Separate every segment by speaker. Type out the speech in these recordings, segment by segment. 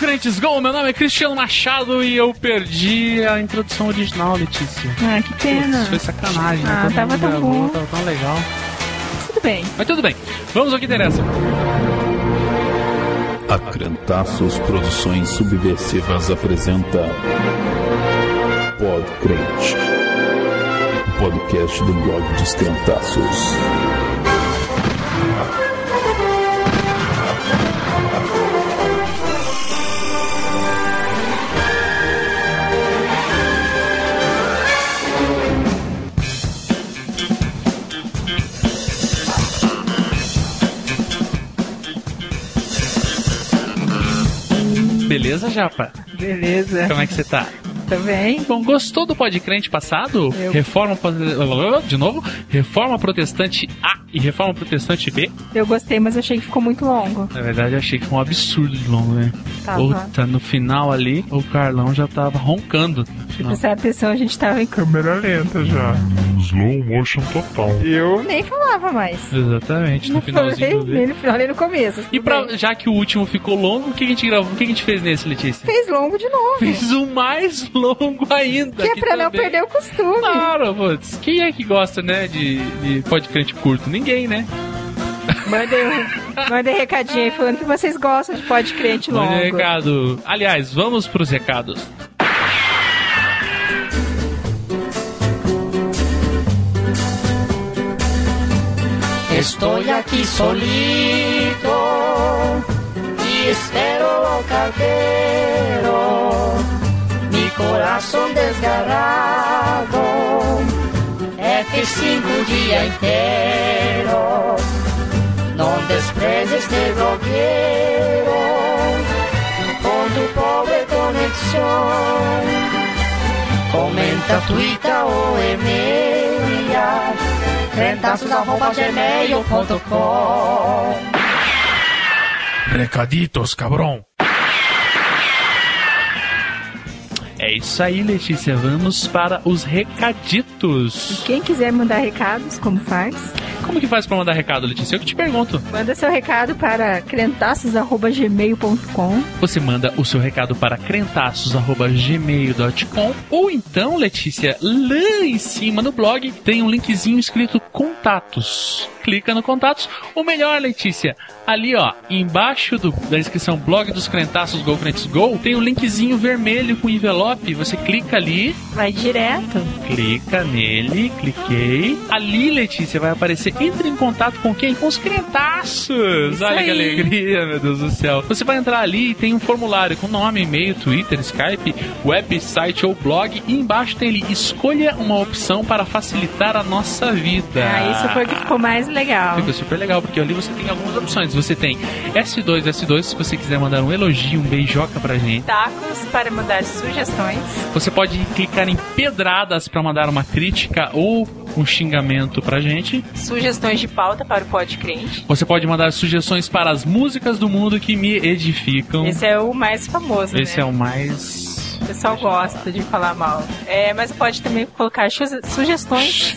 Speaker 1: Let's Go! Meu nome é Cristiano Machado e eu perdi a introdução original, Letícia.
Speaker 2: Ah, que pena.
Speaker 1: Isso foi sacanagem,
Speaker 2: Ah,
Speaker 1: né? Todo
Speaker 2: tava
Speaker 1: mundo
Speaker 2: tão
Speaker 1: gravou,
Speaker 2: bom.
Speaker 1: Tava tão legal.
Speaker 2: Tudo bem.
Speaker 1: Mas tudo bem, vamos ao que interessa.
Speaker 3: A Crentaços Produções Subversivas apresenta Podcrente, o podcast do blog dos Crentaços.
Speaker 1: Beleza, Japa?
Speaker 2: Beleza.
Speaker 1: Como é que você tá?
Speaker 2: Tá bem?
Speaker 1: Bom, gostou do Podcrente passado?
Speaker 2: Eu.
Speaker 1: Reforma... prote- De novo? Reforma Protestante A e Reforma Protestante B?
Speaker 2: Eu gostei, mas achei que ficou muito longo.
Speaker 1: Na verdade, eu achei que foi um absurdo de longo, né?
Speaker 2: Tava.
Speaker 1: Puta, no final ali, o Carlão já tava roncando. Não. Tá
Speaker 2: Prestar atenção, a gente tava em campo.
Speaker 4: Câmera lenta já. Slow motion total.
Speaker 2: Eu nem falava mais.
Speaker 1: Exatamente, no
Speaker 2: Não falei
Speaker 1: finalzinho do
Speaker 2: nem
Speaker 1: vídeo.
Speaker 2: no final, nem no começo.
Speaker 1: E
Speaker 2: Tudo bem.
Speaker 1: pra, já que o último ficou longo, o que a gente gravou? O que a gente fez nesse, Letícia?
Speaker 2: Fez longo de novo.
Speaker 1: Fez o mais longo ainda.
Speaker 2: que é pra não perder o costume.
Speaker 1: Claro, putz. Quem é que gosta, né, de, de podcast curto? Ninguém, né?
Speaker 2: Mandei, um- mandei recadinho aí falando que vocês gostam de pode crente longo.
Speaker 1: Mande recado. Aliás, vamos pros recados.
Speaker 5: Estoy aquí solito y espero al cartero. Mi corazón desgarrado, F5 día entero. No desprecies de bloqueo con tu pobre conexión. Comenta, tuita o email crentaços.gmail.com
Speaker 4: Recaditos, cabrão.
Speaker 1: É isso aí, Letícia. Vamos para os recaditos.
Speaker 2: Quem quiser mandar recados, como faz?
Speaker 1: Como que faz pra mandar recado, Letícia? Eu que te pergunto.
Speaker 2: Manda seu recado para crentaços.gmail.com.
Speaker 1: Você manda o seu recado para crentaços.gmail.com ou então, Letícia, lá em cima no blog tem um linkzinho escrito contatos. Clica no contatos, ou melhor, Letícia, ali ó, embaixo do- da inscrição blog dos crentaços Go Crentes Go, tem um linkzinho vermelho com envelope, você clica ali,
Speaker 2: Vai direto.
Speaker 1: clica nele, cliquei. Ali, Letícia, vai aparecer. Entre em contato com quem? Com os crentaços!
Speaker 2: Isso
Speaker 1: Olha que
Speaker 2: aí.
Speaker 1: alegria, meu Deus do céu. Você vai entrar ali e tem um formulário com nome, e-mail, Twitter, Skype, website ou blog. E embaixo tem ali: escolha uma opção para facilitar a nossa vida.
Speaker 2: Ah, isso foi o que ficou mais legal.
Speaker 1: Ficou super legal, porque ali você tem algumas opções. Você tem S2, S2, se você quiser mandar um elogio, um beijoca pra gente.
Speaker 2: Tacos para mandar sugestões.
Speaker 1: Você pode clicar em pedradas para mandar uma crítica ou um xingamento pra gente.
Speaker 2: Sugestões de pauta para o Podcrente.
Speaker 1: Você pode mandar sugestões para as músicas do mundo que me edificam.
Speaker 2: Esse é o mais famoso,
Speaker 1: Esse
Speaker 2: né?
Speaker 1: é o mais.
Speaker 2: O pessoal gosta de falar mal. É, mas pode também colocar chu- sugestões.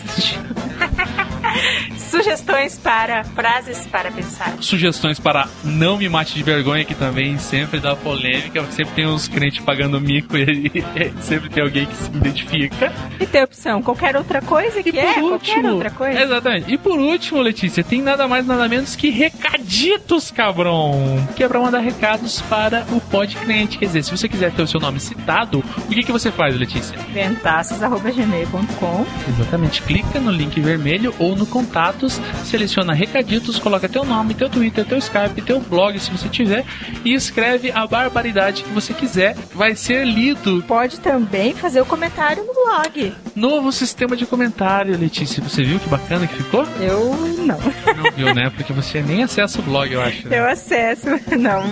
Speaker 2: sugestões para frases para pensar.
Speaker 1: Sugestões para Não Me Mate de Vergonha, que também sempre dá polêmica, porque sempre tem uns crentes pagando mico e sempre tem alguém que se identifica.
Speaker 2: E tem opção, qualquer outra coisa que é, qualquer outra coisa.
Speaker 1: Exatamente. E por último, Letícia, tem nada mais nada menos que recaditos, cabrão. Que é pra mandar recados para o podcrente. Quer dizer, se você quiser ter o seu nome citado, o que, que você faz, Letícia?
Speaker 2: Ventaços.gmail.com
Speaker 1: Exatamente. Clica no link vermelho ou no contatos, seleciona recaditos, coloca teu nome, teu Twitter, teu Skype, teu blog, se você tiver, e escreve a barbaridade que você quiser. Vai ser lido.
Speaker 2: Pode também fazer o comentário no blog.
Speaker 1: Novo sistema de comentário, Letícia. Você viu que bacana que ficou?
Speaker 2: Eu não.
Speaker 1: Não viu, né? Porque você nem acessa o blog, eu acho. né?
Speaker 2: Eu acesso, não.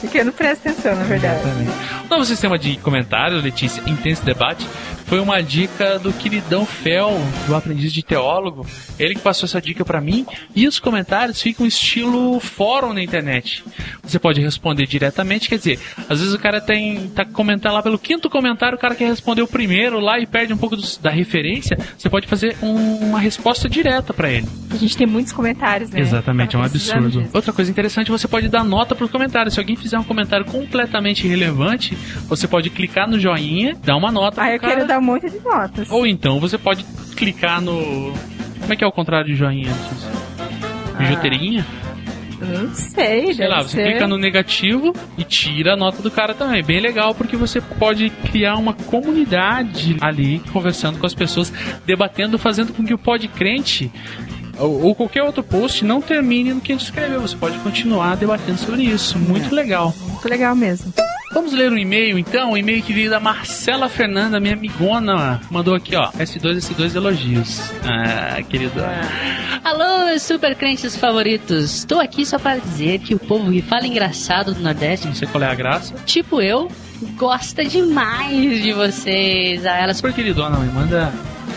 Speaker 2: Porque eu não presto atenção, na verdade.
Speaker 1: Novo sistema de comentários, Letícia, intenso debate. foi uma dica do queridão Fel, do aprendiz de teólogo. Ele que passou essa dica pra mim. E os comentários ficam estilo fórum na internet. Você pode responder diretamente, quer dizer, às vezes o cara tem tá comentando lá pelo quinto comentário, o cara quer responder o primeiro lá e perde um pouco dos- da referência. Você pode fazer um- uma resposta direta pra ele.
Speaker 2: A gente tem muitos comentários, né?
Speaker 1: Exatamente, é um
Speaker 2: Tava precisando
Speaker 1: absurdo.
Speaker 2: disso.
Speaker 1: Outra coisa interessante, você pode dar nota para os comentários. Se alguém fizer um comentário completamente irrelevante, você pode clicar no joinha, dar uma nota.
Speaker 2: Ah,
Speaker 1: pro
Speaker 2: eu
Speaker 1: cara.
Speaker 2: quero dar muito de notas.
Speaker 1: Ou então você pode clicar no. Como é que é o contrário de joinha? Letícia?
Speaker 2: Ah.
Speaker 1: Bijuterinha?
Speaker 2: Não
Speaker 1: Sei
Speaker 2: sei, deve
Speaker 1: lá, você
Speaker 2: ser.
Speaker 1: clica no negativo e tira a nota do cara também. Bem legal, porque você pode criar uma comunidade ali, conversando com as pessoas, debatendo, fazendo com que o podcrente ou, ou qualquer outro post não termine no que a gente escreveu. Você pode continuar debatendo sobre isso. Muito legal.
Speaker 2: Muito legal mesmo.
Speaker 1: Vamos ler um e-mail então, um e-mail que veio da Marcela Fernanda, minha amigona, mandou aqui ó, S2, S2 elogios. Ah, querida.
Speaker 6: Alô, meus super crentes favoritos. Estou aqui só para dizer que o povo que fala engraçado do Nordeste,
Speaker 1: Não sei qual é a graça.
Speaker 6: tipo eu, gosta demais de vocês. Ah, elas
Speaker 1: Super queridona, mãe, manda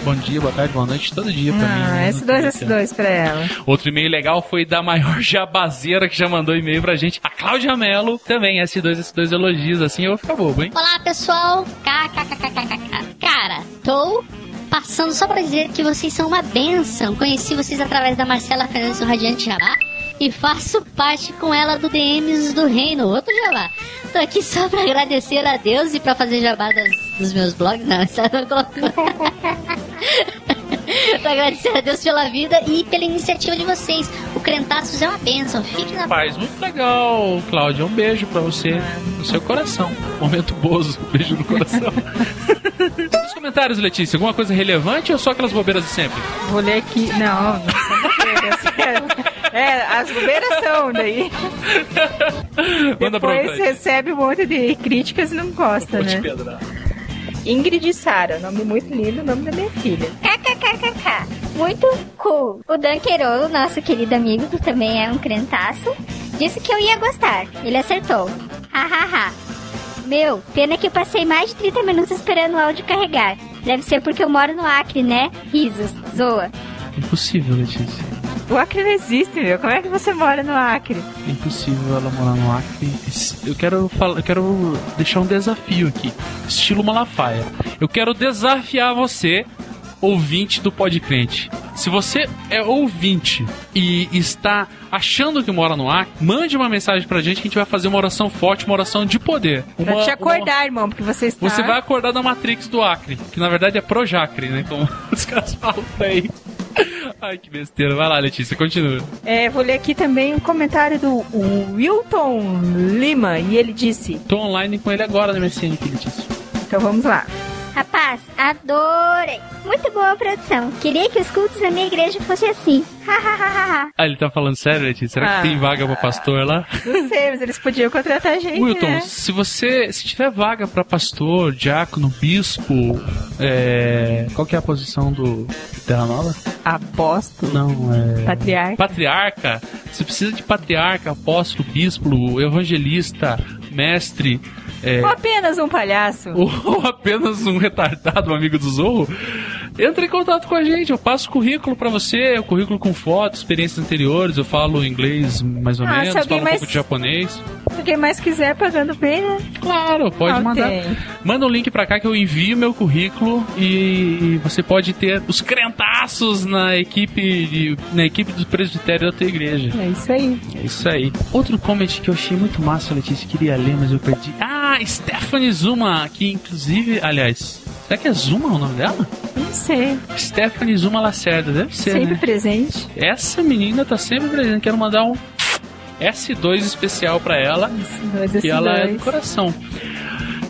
Speaker 1: bom dia, boa tarde, boa noite todo dia pra mim.
Speaker 2: Ah,
Speaker 1: né? Não
Speaker 2: S2,
Speaker 1: tem jeito.
Speaker 2: S2 pra ela.
Speaker 1: Outro e-mail legal foi da maior jabazeira que já mandou e-mail pra gente, a Cláudia Mello, também S2, S2 elogios, assim eu vou ficar bobo, hein?
Speaker 7: Olá pessoal, kkkkk. Cara, tô passando só pra dizer que vocês são uma benção. Conheci vocês através da Marcela Fernandes do Radiante Jabá e faço parte com ela do DMs do Reino, outro Jabá. Tô aqui só pra agradecer a Deus e pra fazer jabá das- dos meus blogs. Não, essa não colocou. pra agradecer a Deus pela vida e pela iniciativa de vocês. O Crentaços é uma benção. Fique na
Speaker 1: Rapaz, muito legal, Cláudia. Um beijo pra você no seu coração. Momento Bozo, um beijo no coração. Nos comentários, Letícia, alguma coisa relevante ou só aquelas bobeiras de sempre?
Speaker 2: Vou ler aqui. Não, não são bobeiras. É, as bobeiras são daí.
Speaker 1: Manda
Speaker 2: Depois
Speaker 1: pra
Speaker 2: recebe um monte de críticas e não gosta,
Speaker 1: Vou te
Speaker 2: né?
Speaker 1: pedrar.
Speaker 2: Ingrid Sara, nome muito lindo, nome da minha filha.
Speaker 7: KKKKK. Muito cool. O Dan Queirolo, nosso querido amigo, que também é um crentaço, disse que eu ia gostar. Ele acertou. Hahaha. Meu, pena que eu passei mais de 30 minutos esperando o áudio carregar. Deve ser porque eu moro no Acre, né? Risos. Zoa.
Speaker 1: Impossível, Letícia.
Speaker 2: O Acre não existe, meu. Como é que você mora no Acre?
Speaker 1: Impossível ela morar no Acre. Es- Eu quero falar, eu quero deixar um desafio aqui, estilo Malafaia. Eu quero desafiar você, ouvinte do Podcrente. Se você é ouvinte e está achando que mora no Acre, mande uma mensagem pra gente que a gente vai fazer uma oração forte, uma oração de poder.
Speaker 2: Pra
Speaker 1: Uma-
Speaker 2: te
Speaker 1: uma-
Speaker 2: acordar, tá? irmão, porque você está.
Speaker 1: Você vai acordar da Matrix do Acre, que na verdade é Projacre, né? Como os caras falam por aí. Ai, que besteira. Vai lá, Letícia, continua.
Speaker 2: É, vou ler aqui também um comentário do Wilton Lima e ele disse.
Speaker 1: Tô online com ele agora na MSN, aqui, Letícia.
Speaker 2: Então vamos lá.
Speaker 7: Rapaz, adorei. Muito boa a produção. Queria que os cultos na minha igreja fossem assim. Hahaha.
Speaker 1: Ah, ele tá falando sério, Letícia? Será
Speaker 2: Ah.
Speaker 1: que tem vaga pra pastor lá?
Speaker 2: Não sei, mas eles podiam contratar a gente.
Speaker 1: Wilton,
Speaker 2: né?
Speaker 1: se você. Se tiver vaga pra pastor, diácono, bispo. É. Qual que é a posição do. de Terra Nova?
Speaker 2: Apóstolo,
Speaker 1: Não, é.
Speaker 2: patriarca.
Speaker 1: Patriarca. Você precisa de patriarca, apóstolo, bispo, evangelista, mestre. É,
Speaker 2: Ou apenas um palhaço.
Speaker 1: ou apenas um retardado, um amigo do Zorro, entra em contato com a gente. Eu passo currículo pra você, o currículo com fotos, experiências anteriores. Eu falo inglês mais ou
Speaker 2: Ah, se
Speaker 1: menos,
Speaker 2: alguém
Speaker 1: falo um
Speaker 2: mais-
Speaker 1: pouco de japonês.
Speaker 2: Se Quem mais quiser pagando bem, né?
Speaker 1: Claro, pode
Speaker 2: Não
Speaker 1: mandar.
Speaker 2: tem.
Speaker 1: Manda um link pra cá que eu envio meu currículo e você pode ter os crentaços na equipe de- na equipe do presbitério da tua igreja.
Speaker 2: É isso aí.
Speaker 1: É isso aí. Outro comment que eu achei muito massa, Letícia, queria ler, mas eu perdi. Ah, Stephanie Zuma, que inclusive, aliás, será que é Zuma o nome dela?
Speaker 2: Não sei.
Speaker 1: Stephanie Zuma Lacerda, deve ser,
Speaker 2: Sempre
Speaker 1: né?
Speaker 2: presente.
Speaker 1: Essa menina tá sempre presente. Quero mandar um S2 especial pra ela.
Speaker 2: Esse dois, esse
Speaker 1: E ela é do
Speaker 2: dois.
Speaker 1: coração.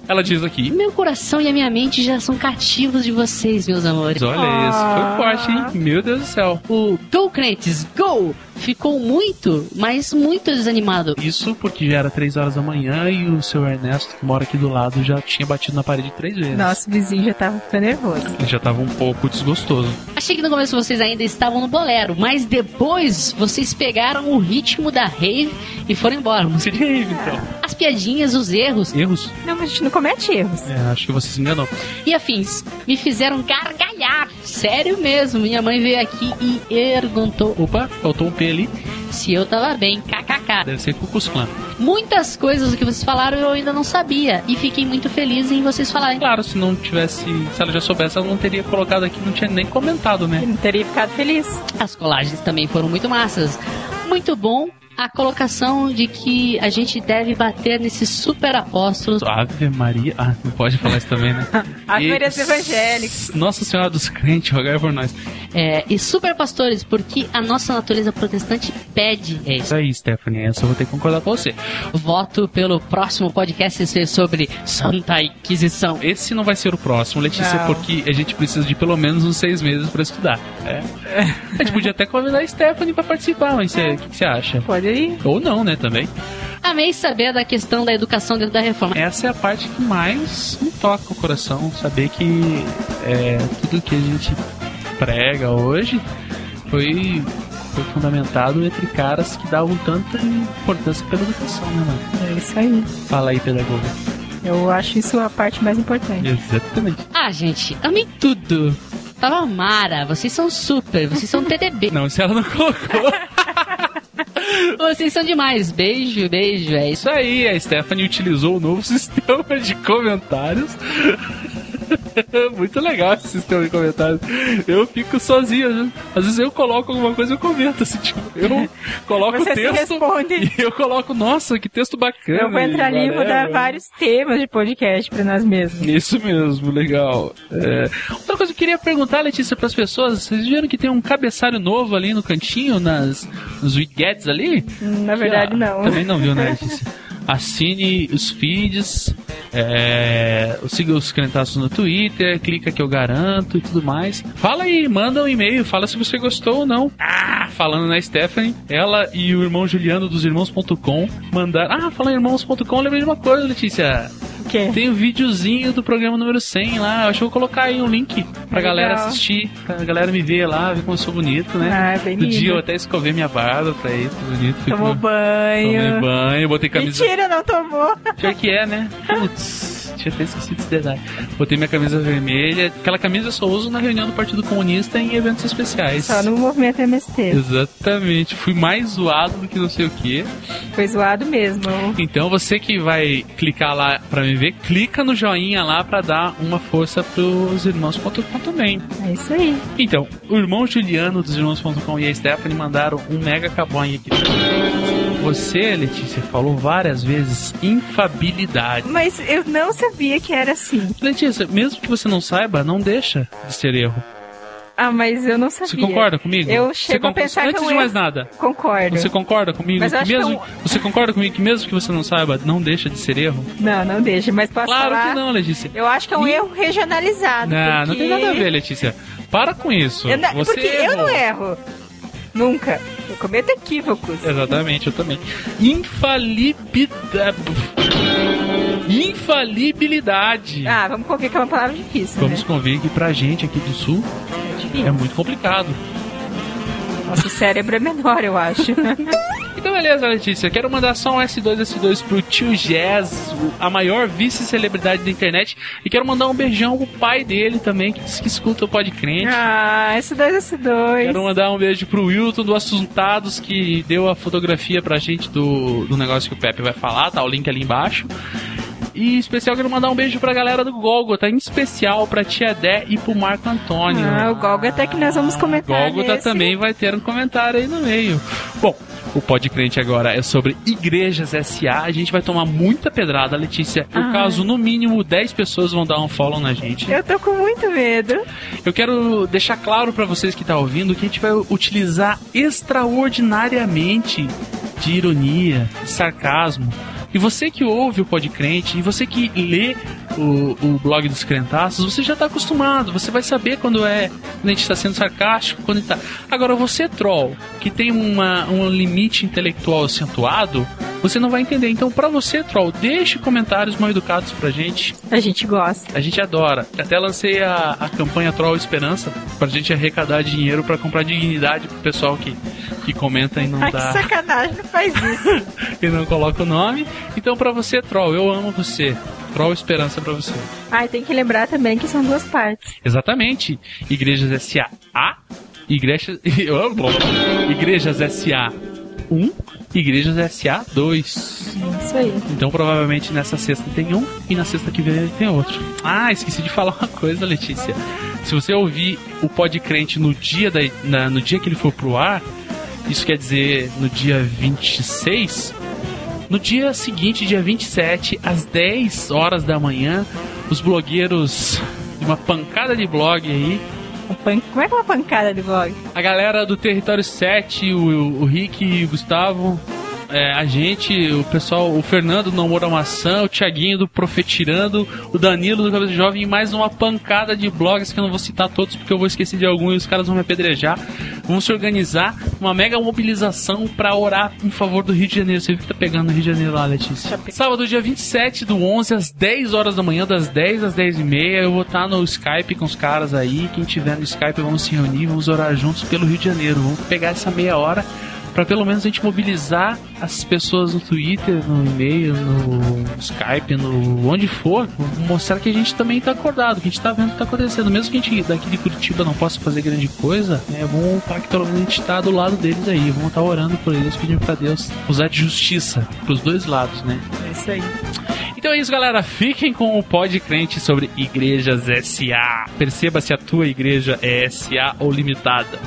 Speaker 1: Ela diz aqui.
Speaker 6: Meu coração e a minha mente já são cativos de vocês, meus amores.
Speaker 1: Olha isso, foi forte, hein? Meu Deus do céu.
Speaker 6: O Go Crentes, Go! ficou muito, mas muito desanimado.
Speaker 1: Isso porque já era 3 horas da manhã e o seu Ernesto, que mora aqui do lado, já tinha batido na parede três vezes.
Speaker 2: Nosso vizinho já tava ficando nervoso.
Speaker 1: Ele já tava um pouco desgostoso.
Speaker 6: Achei que no começo vocês ainda estavam no bolero, mas depois vocês pegaram o ritmo da rave e foram embora.
Speaker 1: Música de rave, então.
Speaker 6: As piadinhas, os erros
Speaker 1: Erros?
Speaker 2: Não, mas a gente não comete erros.
Speaker 1: É, acho que você se enganou.
Speaker 6: e afins me fizeram gargalhar. Sério mesmo, minha mãe veio aqui e perguntou
Speaker 1: Opa, faltou um P ali.
Speaker 6: se eu tava bem. KKK.
Speaker 1: Deve ser Cucus Clan.
Speaker 6: Muitas coisas que vocês falaram eu ainda não sabia e fiquei muito feliz em vocês falarem.
Speaker 1: Claro, se não tivesse. Se ela já soubesse, ela não teria colocado aqui, não tinha nem comentado, né?
Speaker 2: Eu não teria ficado feliz.
Speaker 6: As colagens também foram muito massas. Muito bom a colocação de que a gente deve bater nesses super apóstolos.
Speaker 1: Ave Maria. Ah, não pode falar isso também, né?
Speaker 2: As
Speaker 1: E-
Speaker 2: Marias evangélicas.
Speaker 1: Nossa Senhora dos Crentes, rogai por nós.
Speaker 6: É, e super pastores, porque a nossa natureza protestante pede é isso.
Speaker 1: Isso aí, Stephanie. Essa eu vou ter que concordar com você.
Speaker 6: Voto pelo próximo podcast ser sobre Santa Inquisição.
Speaker 1: Esse não vai ser o próximo, Letícia,
Speaker 2: Não.
Speaker 1: porque a gente precisa de pelo menos uns seis meses pra estudar. É. A gente podia até convidar a Stephanie pra participar, mas você- o que que você acha?
Speaker 2: Pode ir.
Speaker 1: Ou não, né, também.
Speaker 6: Amei saber da questão da educação dentro da reforma.
Speaker 1: Essa é a parte que mais me toca o coração, saber que é, tudo que a gente prega hoje foi, foi fundamentado entre caras que davam tanta importância pela educação, né, mano?
Speaker 2: É isso aí.
Speaker 1: Fala aí, pedagogo.
Speaker 2: Eu acho isso a parte mais importante.
Speaker 1: Exatamente.
Speaker 6: Ah, gente, amei tudo. Tava Mara, vocês são super, vocês são TDB,
Speaker 1: Não, se ela não colocou.
Speaker 6: vocês são demais. Beijo, beijo, é isso.
Speaker 1: Isso aí, a Stephanie utilizou o novo sistema de comentários. Muito legal esse sistema de comentários. Eu fico sozinho. né? Às vezes eu coloco alguma coisa e eu comento. Assim, tipo, eu coloco o
Speaker 2: Você se
Speaker 1: texto
Speaker 2: responde.
Speaker 1: e eu coloco, nossa, que texto bacana.
Speaker 2: Eu vou entrar ali e vou dar
Speaker 1: galera.
Speaker 2: vários temas de podcast pra nós mesmos.
Speaker 1: Isso mesmo, legal. É, Outra coisa que eu queria perguntar, Letícia, para as pessoas: vocês viram que tem um cabeçalho novo ali no cantinho, nas, nos widgets ali?
Speaker 2: Na verdade,
Speaker 1: Ah,
Speaker 2: não.
Speaker 1: Também não viu, né, Letícia? Assine os feeds, é, siga os crentaços no Twitter, clica que eu garanto e tudo mais. Fala aí, manda um e-mail, fala se você gostou ou não. Ah, falando na Stephanie, ela e o irmão Juliano dos irmãos.com mandaram. Ah, falando em irmãos.com, eu lembrei de uma coisa, Letícia.
Speaker 2: O quê?
Speaker 1: Tem o videozinho do programa número 100 lá. Eu acho que eu vou colocar aí um link pra
Speaker 2: Legal.
Speaker 1: galera assistir, pra galera me ver lá, ver como eu sou bonito, né?
Speaker 2: Ah, é bem
Speaker 1: No dia eu
Speaker 2: lindo.
Speaker 1: até escovei minha barba pra isso, bonito. fui
Speaker 2: Tomou
Speaker 1: com-
Speaker 2: banho.
Speaker 1: Tomei banho, botei camisa.
Speaker 2: Mentira, não tomou.
Speaker 1: Pior que é, né? Putz, tinha até esquecido esse detalhe. Botei minha camisa vermelha. Aquela camisa eu só uso na reunião do Partido Comunista e em eventos especiais.
Speaker 2: Só no movimento é MST.
Speaker 1: Exatamente. Fui mais zoado do que não sei o que.
Speaker 2: Foi zoado mesmo.
Speaker 1: Então você que vai clicar lá pra me ver, clica no joinha lá pra dar uma força pros irmãos.com também.
Speaker 2: É isso aí.
Speaker 1: Então, o irmão Juliano dos irmãos.com e a Stephanie mandaram um mega cabonho aqui. Você, Letícia, falou várias vezes infabilidade.
Speaker 2: Mas eu não sabia que era assim.
Speaker 1: Letícia, mesmo que você não saiba, não deixa de ser erro.
Speaker 2: Ah, mas eu não sabia.
Speaker 1: Você concorda comigo?
Speaker 2: Eu
Speaker 1: Você
Speaker 2: chego a pensar que
Speaker 1: Antes
Speaker 2: é um
Speaker 1: de mais
Speaker 2: erro.
Speaker 1: nada,
Speaker 2: Concordo.
Speaker 1: você concorda comigo?
Speaker 2: Mas eu
Speaker 1: que
Speaker 2: acho que
Speaker 1: mesmo,
Speaker 2: é
Speaker 1: Você concorda comigo que mesmo que você não saiba, não deixa de ser erro?
Speaker 2: Não, não deixa. Mas posso
Speaker 1: claro
Speaker 2: falar?
Speaker 1: que não, Letícia.
Speaker 2: Eu acho que é um
Speaker 1: Ih.
Speaker 2: erro regionalizado.
Speaker 1: Não, não
Speaker 2: porque-
Speaker 1: tem nada a ver, Letícia. Para com isso.
Speaker 2: Eu não-
Speaker 1: você
Speaker 2: porque eu não é.
Speaker 1: errou.
Speaker 2: erro. Nunca. Eu cometo equívocos.
Speaker 1: Exatamente, eu também. Infalibida... Infalibilidade.
Speaker 2: Ah, vamos convir que é uma palavra difícil,
Speaker 1: Vamos
Speaker 2: né?
Speaker 1: convir que pra gente aqui do sul
Speaker 2: É
Speaker 1: é
Speaker 2: difícil.
Speaker 1: muito complicado.
Speaker 2: Nosso cérebro é menor, eu acho.
Speaker 1: Então, beleza, Letícia. Quero mandar só um S2S2 pro tio Jazz, o- a maior vice-celebridade da internet. E quero mandar um beijão pro pai dele também, que diz que escuta o Podcrente.
Speaker 2: ah, S2, S2.
Speaker 1: Quero mandar um beijo pro Wilton do Assuntados, que deu a fotografia pra gente do, do negócio que o Pepe vai falar, tá o link ali embaixo. E em especial quero mandar um beijo pra galera do Golgo, tá em especial pra Tia Dé e pro Marco Antônio.
Speaker 2: Ah, o Golgo até que nós vamos comentar.
Speaker 1: Gólgota
Speaker 2: nesse.
Speaker 1: também vai ter um comentário aí no meio. Bom, o Pod Crente agora é sobre igrejas SA. A gente vai tomar muita pedrada, Letícia. No
Speaker 2: Ai.
Speaker 1: caso, no mínimo 10 pessoas vão dar um follow na gente.
Speaker 2: Eu tô com muito medo.
Speaker 1: Eu quero deixar claro pra vocês que tá ouvindo que a gente vai utilizar extraordinariamente de ironia, de sarcasmo. E você que ouve o Podcrente, e você que lê o, o blog dos crentaços, você já tá acostumado, você vai saber quando é quando a gente tá sendo sarcástico, quando a gente tá. Agora, você troll, que tem uma, um limite intelectual acentuado, você não vai entender. Então, pra você, troll, deixe comentários mal educados pra gente.
Speaker 2: A gente gosta.
Speaker 1: A gente adora. Até lancei a, a campanha Troll Esperança pra gente arrecadar dinheiro pra comprar dignidade pro pessoal que, que comenta e não
Speaker 2: Ai, que
Speaker 1: dá
Speaker 2: sacanagem, não faz isso.
Speaker 1: e não coloca o nome. Então pra você, Troll, eu amo você. Troll Esperança pra você.
Speaker 2: Ai, tem que lembrar também que são duas partes.
Speaker 1: Exatamente. Igrejas SA A, Igrejas eu amo. Igrejas SA 1, Igrejas SA 2.
Speaker 2: É Isso aí.
Speaker 1: Então provavelmente nessa sexta tem um e na sexta que vem tem outro. Ah, esqueci de falar uma coisa, Letícia. Se você ouvir o Podcrente no dia da, na- no dia que ele for pro ar, isso quer dizer no dia 26, no dia seguinte, dia 27, às 10 horas da manhã, os blogueiros de uma pancada de blog aí
Speaker 2: Uma pan- Como é que é uma pancada de blog?
Speaker 1: a galera do Território 7, o, o Rick e o Gustavo, é, a gente, o pessoal, o Fernando do Namoro à Maçã, o Thiaguinho do Profetirando, o Danilo do Cabeça Jovem e mais uma pancada de blogs que eu não vou citar todos porque eu vou esquecer de algum e os caras vão me apedrejar. Vamos se organizar uma mega mobilização pra orar em favor do Rio de Janeiro. Você viu que tá pegando no Rio de Janeiro lá, Letícia? Sábado, dia 27 do 11, às 10 horas da manhã, das 10 às 10 e meia, eu vou estar no Skype com os caras aí. Quem tiver no Skype, vamos se reunir, vamos orar juntos pelo Rio de Janeiro. Vamos pegar essa meia hora pra pelo menos a gente mobilizar as pessoas no Twitter, no e-mail, no Skype, no onde for, mostrar que a gente também tá acordado, que a gente tá vendo o que tá acontecendo. Mesmo que a gente daqui de Curitiba não possa fazer grande coisa, é bom para que pelo menos a gente tá do lado deles aí. Vamos estar orando por eles, pedindo pra Deus usar de justiça pros dois lados, né?
Speaker 2: É isso aí.
Speaker 1: Então é isso, galera. Fiquem com o Pod Crente sobre igrejas SA. Perceba se a tua igreja é SA ou limitada.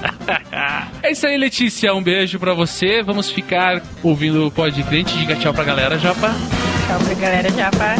Speaker 1: é isso aí, Letícia. Um beijo pra você. Vamos ficar ouvindo o Pod Crente. Diga tchau pra galera, Japa.
Speaker 2: Tchau Então, pra galera já, pá.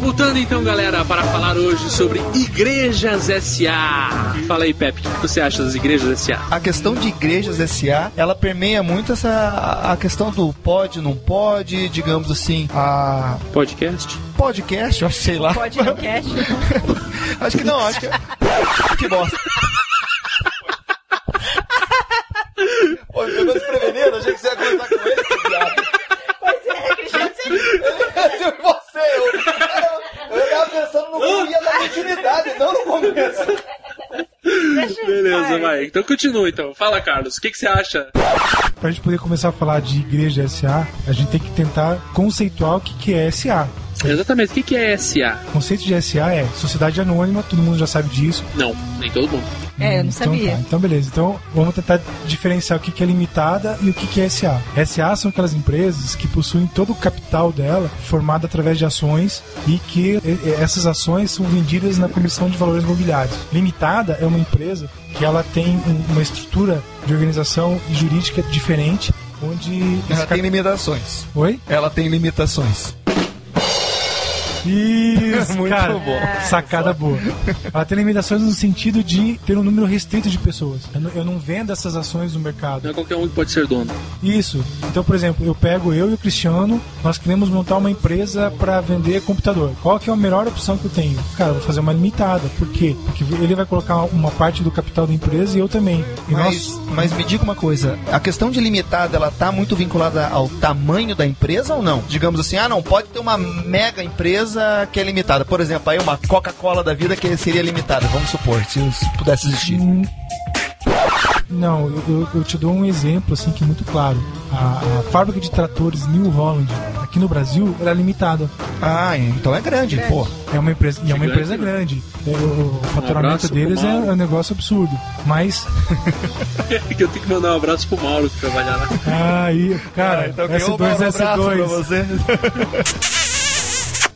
Speaker 1: Voltando então, galera, para falar hoje sobre igrejas SA. Fala aí, Pepe, o que você acha das igrejas SA?
Speaker 8: A questão de igrejas SA, ela permeia muito essa a- a questão do pode, não pode, digamos assim, a
Speaker 1: Podcast?
Speaker 8: podcast, eu acho, sei lá.
Speaker 2: Podcast.
Speaker 8: Acho que não, acho que. que bosta. Pô, eu tô desprevenido, achei que você ia conversar com ele, esse viado. Pois é, você. Eu, eu, eu tava pensando no como ia dar continuidade, não no começo.
Speaker 2: Deixa eu-
Speaker 1: Beleza, vai. Então continua então. Fala, Carlos, o que, que você acha?
Speaker 9: Pra gente poder começar a falar de igreja SA, a gente tem que tentar conceituar o que, que é SA.
Speaker 1: Exatamente, o que, que é SA?
Speaker 9: O conceito de SA é sociedade anônima, todo mundo já sabe disso.
Speaker 1: Não, nem todo mundo.
Speaker 2: É, eu não
Speaker 9: Então,
Speaker 2: sabia.
Speaker 9: tá. Então, beleza. Então, vamos tentar diferenciar o que que é limitada e o que que é SA. SA são aquelas empresas que possuem todo o capital dela formado através de ações e que e- e essas ações são vendidas na Comissão de Valores Mobiliários. Limitada é uma empresa que ela tem um- uma estrutura de organização e jurídica diferente, onde... esse
Speaker 8: Ela
Speaker 9: cap-
Speaker 8: tem limitações.
Speaker 9: Oi?
Speaker 8: Ela tem limitações.
Speaker 9: Isso,
Speaker 8: Muito
Speaker 9: cara. É.
Speaker 8: bom.
Speaker 9: Sacada boa. Ela tem limitações no sentido de ter um número restrito de pessoas. Eu não, eu não vendo essas ações no mercado.
Speaker 1: Não é qualquer um que pode ser dono.
Speaker 9: Isso. Então, por exemplo, eu pego eu e o Cristiano, nós queremos montar uma empresa para vender computador. Qual que é a melhor opção que eu tenho? Cara, eu vou fazer uma limitada. Por quê? Porque ele vai colocar uma parte do capital da empresa e eu também. E
Speaker 8: Mas,
Speaker 9: nós
Speaker 8: mas me diga uma coisa, a questão de limitada, ela tá muito vinculada ao tamanho da empresa ou não? Digamos assim, ah não, pode ter uma mega empresa que é limitada. Por exemplo, aí uma Coca-Cola da vida que seria limitada, vamos supor, se isso pudesse existir.
Speaker 9: Hum. Não, eu, eu- eu te dou um exemplo assim que é muito claro. A, a fábrica de tratores New Holland, aqui aqui no Brasil ela é limitada.
Speaker 8: Ah, então é grande, pô.
Speaker 9: É uma empresa, e é uma empresa grande. O, o faturamento
Speaker 10: abraço pro
Speaker 9: deles é,
Speaker 10: Mauro.
Speaker 9: é um negócio absurdo. Mas
Speaker 10: que eu tenho que mandar um abraço pro Mauro que trabalha lá.
Speaker 9: aí,
Speaker 8: Ah,
Speaker 9: cara,
Speaker 8: então
Speaker 9: S2,
Speaker 8: é um
Speaker 9: S2.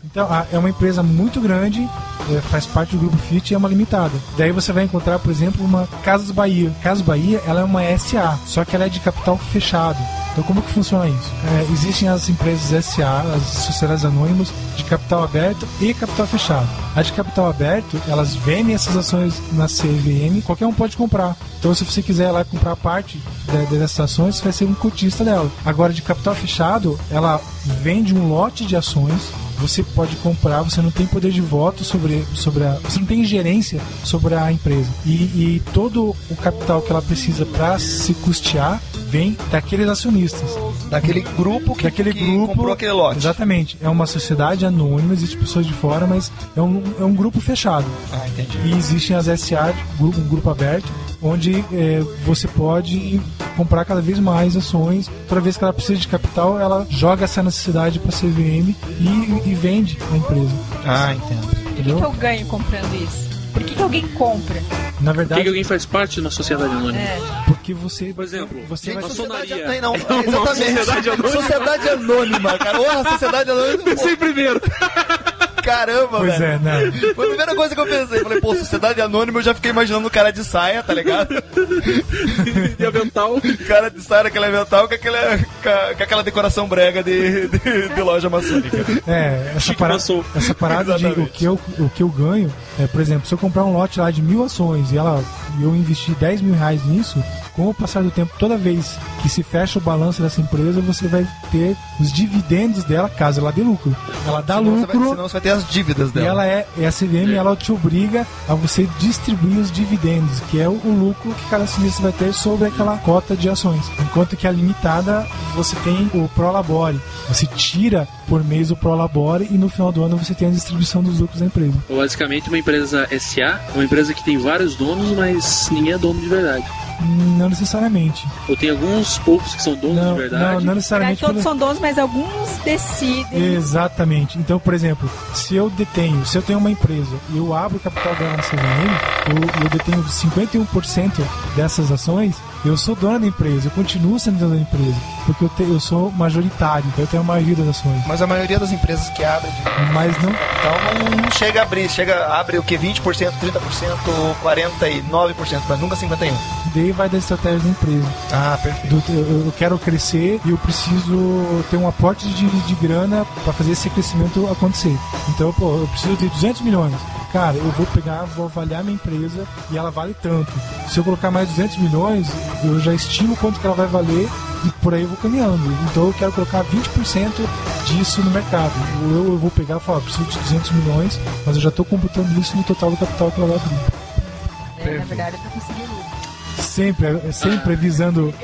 Speaker 9: Então, a- é uma empresa muito grande, é, faz parte do grupo Fit e é uma limitada. Daí você vai encontrar, por exemplo, uma Casas Bahia. Casas Bahia, ela é uma SA, só que ela é de capital fechado. Então, como que funciona isso? É, existem as empresas SA, as sociedades anônimas, de capital aberto e capital fechado. A de capital aberto, elas vendem essas ações na CVM, qualquer um pode comprar. Então, se você quiser ir lá comprar parte da- dessas ações, você vai ser um cotista dela. Agora, de capital fechado, ela vende um lote de ações você pode comprar, você não tem poder de voto sobre, sobre a. Você não tem gerência sobre a empresa. E, e todo o capital que ela precisa para se custear vem daqueles acionistas.
Speaker 8: Daquele grupo que,
Speaker 9: Daquele
Speaker 8: que
Speaker 9: grupo.
Speaker 8: comprou aquele lote.
Speaker 9: Exatamente. É uma sociedade anônima, existe pessoas de fora, mas é um, é um grupo fechado.
Speaker 8: Ah, entendi.
Speaker 9: E existem as SA, grupo- um grupo aberto, onde é, você pode comprar cada vez mais ações. Toda vez que ela precisa de capital, ela joga essa necessidade para a CVM e, e vende a empresa.
Speaker 8: Ah,
Speaker 2: E o
Speaker 8: entendo.
Speaker 2: que que
Speaker 10: Então,
Speaker 9: Entendeu?
Speaker 2: eu ganho comprando isso? Por que, que alguém compra?
Speaker 9: Na
Speaker 10: Por que, que
Speaker 9: verdade,
Speaker 10: alguém faz parte na sociedade anônima?
Speaker 2: É.
Speaker 9: porque você.
Speaker 10: Por exemplo,
Speaker 9: Você
Speaker 8: Gente,
Speaker 9: vai
Speaker 8: sociedade
Speaker 10: maçonaria.
Speaker 8: anônima. Não,
Speaker 10: É uma
Speaker 8: exatamente.
Speaker 10: sociedade anônima.
Speaker 8: Sociedade anônima, cara. Porra, sociedade anônima. é
Speaker 10: Pensei primeiro.
Speaker 8: Caramba,
Speaker 9: Pois
Speaker 8: velho.
Speaker 9: é, né?
Speaker 8: Foi a primeira coisa que eu pensei. Falei, pô, sociedade anônima, eu já fiquei imaginando o cara de saia, tá ligado?
Speaker 10: E a mental.
Speaker 8: O cara de saia naquele mental com, aquele, com, com aquela decoração brega de, de, de loja maçônica.
Speaker 9: É, essa
Speaker 10: Chico
Speaker 9: parada,
Speaker 10: passou.
Speaker 9: essa parada de o
Speaker 8: Exatamente.
Speaker 9: que, eu, o que eu ganho, é, por exemplo, se eu comprar um lote lá de mil ações e ela, e eu investir 10 mil reais nisso, com o passar do tempo, toda vez que se fecha o balanço dessa empresa, você vai ter os dividendos dela, caso ela dê lucro. Ela dá
Speaker 8: Senão você vai-
Speaker 9: lucro.
Speaker 8: senão você vai ter as dívidas
Speaker 9: E
Speaker 8: dela.
Speaker 9: ela é, e a CVM ela te obriga a você distribuir os dividendos, que é o, o lucro que cada acionista vai ter sobre aquela cota de ações. Enquanto que a limitada, você tem o prolabore. Você tira por mês o prolabore e no final do ano você tem a distribuição dos lucros da empresa.
Speaker 10: É Basicamente, uma empresa SA, uma empresa que tem vários donos, mas ninguém é dono de verdade.
Speaker 9: Não necessariamente.
Speaker 10: Ou tem alguns poucos que são donos
Speaker 9: Não,
Speaker 10: de
Speaker 9: não,
Speaker 10: verdade.
Speaker 9: não
Speaker 2: Será
Speaker 9: necessariamente.
Speaker 2: que todos
Speaker 9: pelo-
Speaker 2: são donos, mas alguns decidem.
Speaker 9: Exatamente. Então, por exemplo, se eu detenho, se eu tenho uma empresa e eu abro o capital dela na CVM, eu, eu detenho 51% dessas ações, eu sou dono da empresa, eu continuo sendo dono da empresa, porque eu, te- eu sou majoritário, então eu tenho a maioria das ações.
Speaker 8: Mas a maioria das empresas que abrem de
Speaker 9: Mas não,
Speaker 8: então não chega a abrir, chega abre o que 20%, 30%, 49%, mas nunca 51.
Speaker 9: daí vai da estratégia da empresa.
Speaker 8: Ah, perfeito.
Speaker 9: do- eu, eu quero crescer e eu preciso ter um aporte de, de grana para fazer esse crescimento acontecer. Então, pô, eu preciso ter 200 milhões. Cara, eu vou pegar, vou avaliar minha empresa e ela vale tanto. Se eu colocar mais 200 milhões, eu já estimo quanto que ela vai valer e por aí eu vou caminhando. Então eu quero colocar 20% disso no mercado. Eu, eu vou pegar e falar, "Ah, preciso de 200 milhões, mas eu já estou computando isso no total do capital que ela vai abrir.
Speaker 2: É, na verdade, é pra conseguir lucro.
Speaker 9: Sempre, é sempre visando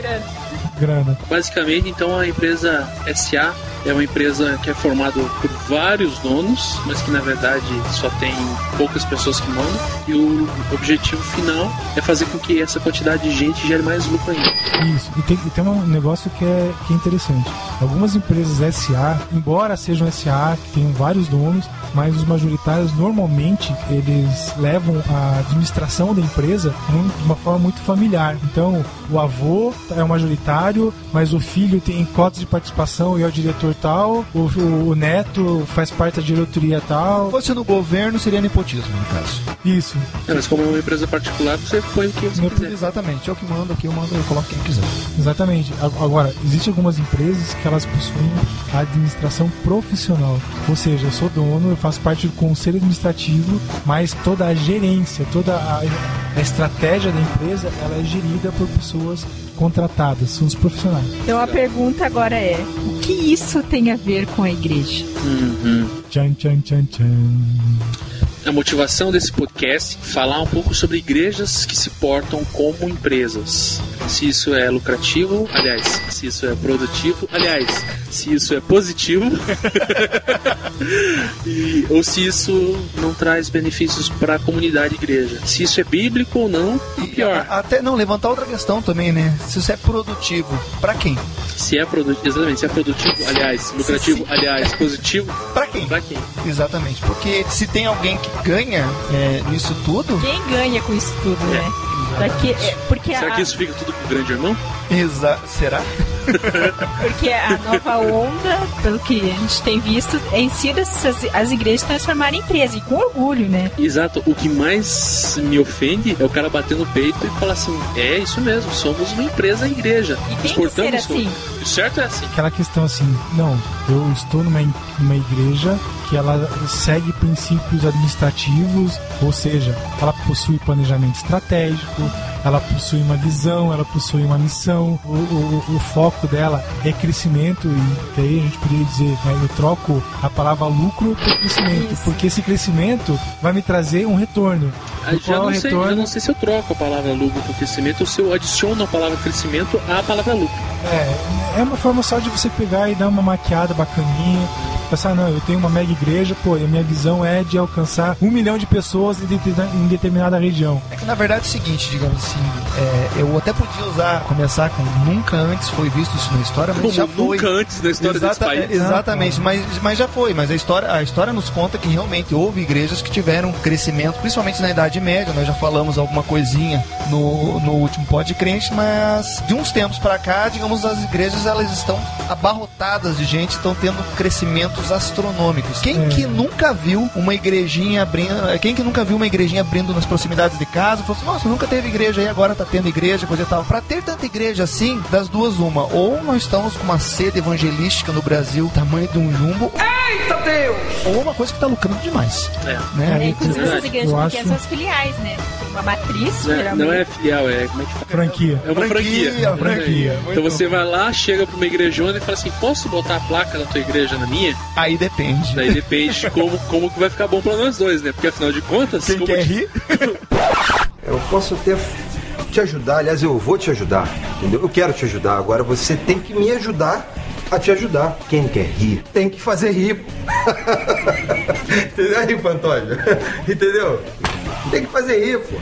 Speaker 9: grana.
Speaker 10: Basicamente, então, a empresa SA é uma empresa que é formada por vários donos, mas que na verdade só tem poucas pessoas que mandam. E o objetivo final é fazer com que essa quantidade de gente gere mais lucro ainda.
Speaker 9: Isso, e tem, e tem um negócio que é, que é interessante. Algumas empresas SA, embora sejam SA, que tenham vários donos, mas os majoritários normalmente eles levam a administração da empresa num- de uma forma muito familiar. Então, o avô é o majoritário, mas o filho tem cotas de participação e é o diretor tal, o, o- o neto faz parte da diretoria
Speaker 8: Se
Speaker 9: tal.
Speaker 8: fosse no governo, seria nepotismo, no caso.
Speaker 9: Isso,
Speaker 10: É, mas como é uma empresa particular, você põe o que você quiser.
Speaker 8: Exatamente, eu que mando aqui, eu mando, eu coloco quem quiser.
Speaker 9: Exatamente. A- Agora, existem algumas empresas que elas possuem a administração profissional. Ou seja, eu sou dono, eu faço parte do conselho administrativo, mas toda a gerência, toda a, a estratégia da empresa, ela é gerida por pessoas contratadas, são os profissionais.
Speaker 2: Então a pergunta agora é: o que isso tem a ver com a igreja?
Speaker 10: Uhum.
Speaker 9: Tchan, tchan, tchan, tchan.
Speaker 10: A motivação desse podcast é falar um pouco sobre igrejas que se portam como empresas. Se isso é lucrativo, aliás, se isso é produtivo, aliás,
Speaker 1: se isso é positivo e- ou se isso não traz benefícios para a comunidade igreja. Se isso é bíblico ou não, e pior.
Speaker 8: Até não, levantar outra questão também, né? Se isso é produtivo, pra quem?
Speaker 1: Se é produtivo, exatamente, se é produtivo, aliás, lucrativo, aliás, positivo.
Speaker 8: Pra quem?
Speaker 1: Pra quem?
Speaker 8: Exatamente. Porque se tem alguém que ganha é, nisso tudo.
Speaker 2: Quem ganha com isso tudo,
Speaker 1: É.
Speaker 2: né? Daqui, é, porque
Speaker 1: Será
Speaker 2: a,
Speaker 1: que isso fica tudo pro grande irmão?
Speaker 8: Exa será?
Speaker 2: Porque a nova onda, pelo que a gente tem visto, é ensina essas- as igrejas a transformarem em empresa, e com orgulho, né?
Speaker 1: Exato, o que mais me ofende é o cara bater no peito e falar assim: é isso mesmo, somos uma empresa igreja.
Speaker 2: E tem que ser
Speaker 1: Exportamos
Speaker 2: assim.
Speaker 1: o- o certo é assim.
Speaker 9: Aquela questão assim, não, eu estou numa, in- numa igreja que ela segue princípios administrativos, ou seja, ela possui planejamento estratégico, ela possui uma visão, ela possui uma missão, o, o- o foco dela é crescimento, e daí a gente poderia dizer, né, eu troco a palavra lucro por crescimento, porque esse crescimento vai me trazer um retorno.
Speaker 1: Ah,
Speaker 9: Do
Speaker 1: Já
Speaker 9: qual é
Speaker 1: não, sei,
Speaker 9: retorno
Speaker 1: já não sei se eu troco a palavra lucro por crescimento ou se eu adiciono a palavra crescimento à palavra lucro.
Speaker 9: É, é uma forma só de você pegar e dar uma maquiada bacaninha. Pensar, não, eu tenho uma mega igreja, pô, e a minha visão é de alcançar um milhão de pessoas em, dete- em determinada região.
Speaker 8: É que na verdade é o seguinte, digamos assim, é, eu até podia usar, começar com nunca antes foi visto isso na história, mas
Speaker 1: Como
Speaker 8: já foi.
Speaker 1: nunca antes na história desse
Speaker 8: Exata- é,
Speaker 1: país. né?
Speaker 8: Exatamente, mas, mas já foi. Mas a história, a história nos conta que realmente houve igrejas que tiveram crescimento, principalmente na Idade Média. Nós já falamos alguma coisinha no, no último podcast, mas de uns tempos pra cá, digamos, as igrejas elas estão abarrotadas de gente, estão tendo crescimentos astronômicos. Quem que nunca viu uma igrejinha abrindo, eh, quem que nunca viu uma igrejinha abrindo nas proximidades de casa, falou assim, nossa, nunca teve igreja aí, agora tá tendo igreja, coisa e tal. Pra ter tanta igreja assim, das duas uma, ou nós estamos com uma sede evangelística no Brasil, tamanho de um jumbo,
Speaker 2: Eita Deus!
Speaker 8: ou uma coisa que tá lucrando demais.
Speaker 1: É.
Speaker 8: Né?
Speaker 2: inclusive essas
Speaker 1: verdade.
Speaker 2: igrejas
Speaker 1: Eu
Speaker 2: porque
Speaker 1: acho-
Speaker 2: são as filiais, né? Tem Uma matriz,
Speaker 1: Não é,
Speaker 2: geralmente.
Speaker 1: não é filial, é como é que fala?
Speaker 9: Franquia.
Speaker 1: É uma franquia.
Speaker 9: Franquia, franquia.
Speaker 1: Então você vai lá, chega pra uma igrejona e fala assim: posso botar a placa da tua igreja na minha?
Speaker 8: Aí depende.
Speaker 1: Daí depende de como, como que vai ficar bom pra nós dois, né? Porque afinal de contas. Quem quer
Speaker 8: rir?
Speaker 11: Eu posso até te ajudar, aliás, eu vou te ajudar, entendeu? Eu quero te ajudar, agora você tem que me ajudar a te ajudar. Quem quer rir, tem que fazer rir. entendeu aí, Pantônio? Entendeu? Tem que fazer rir, pô.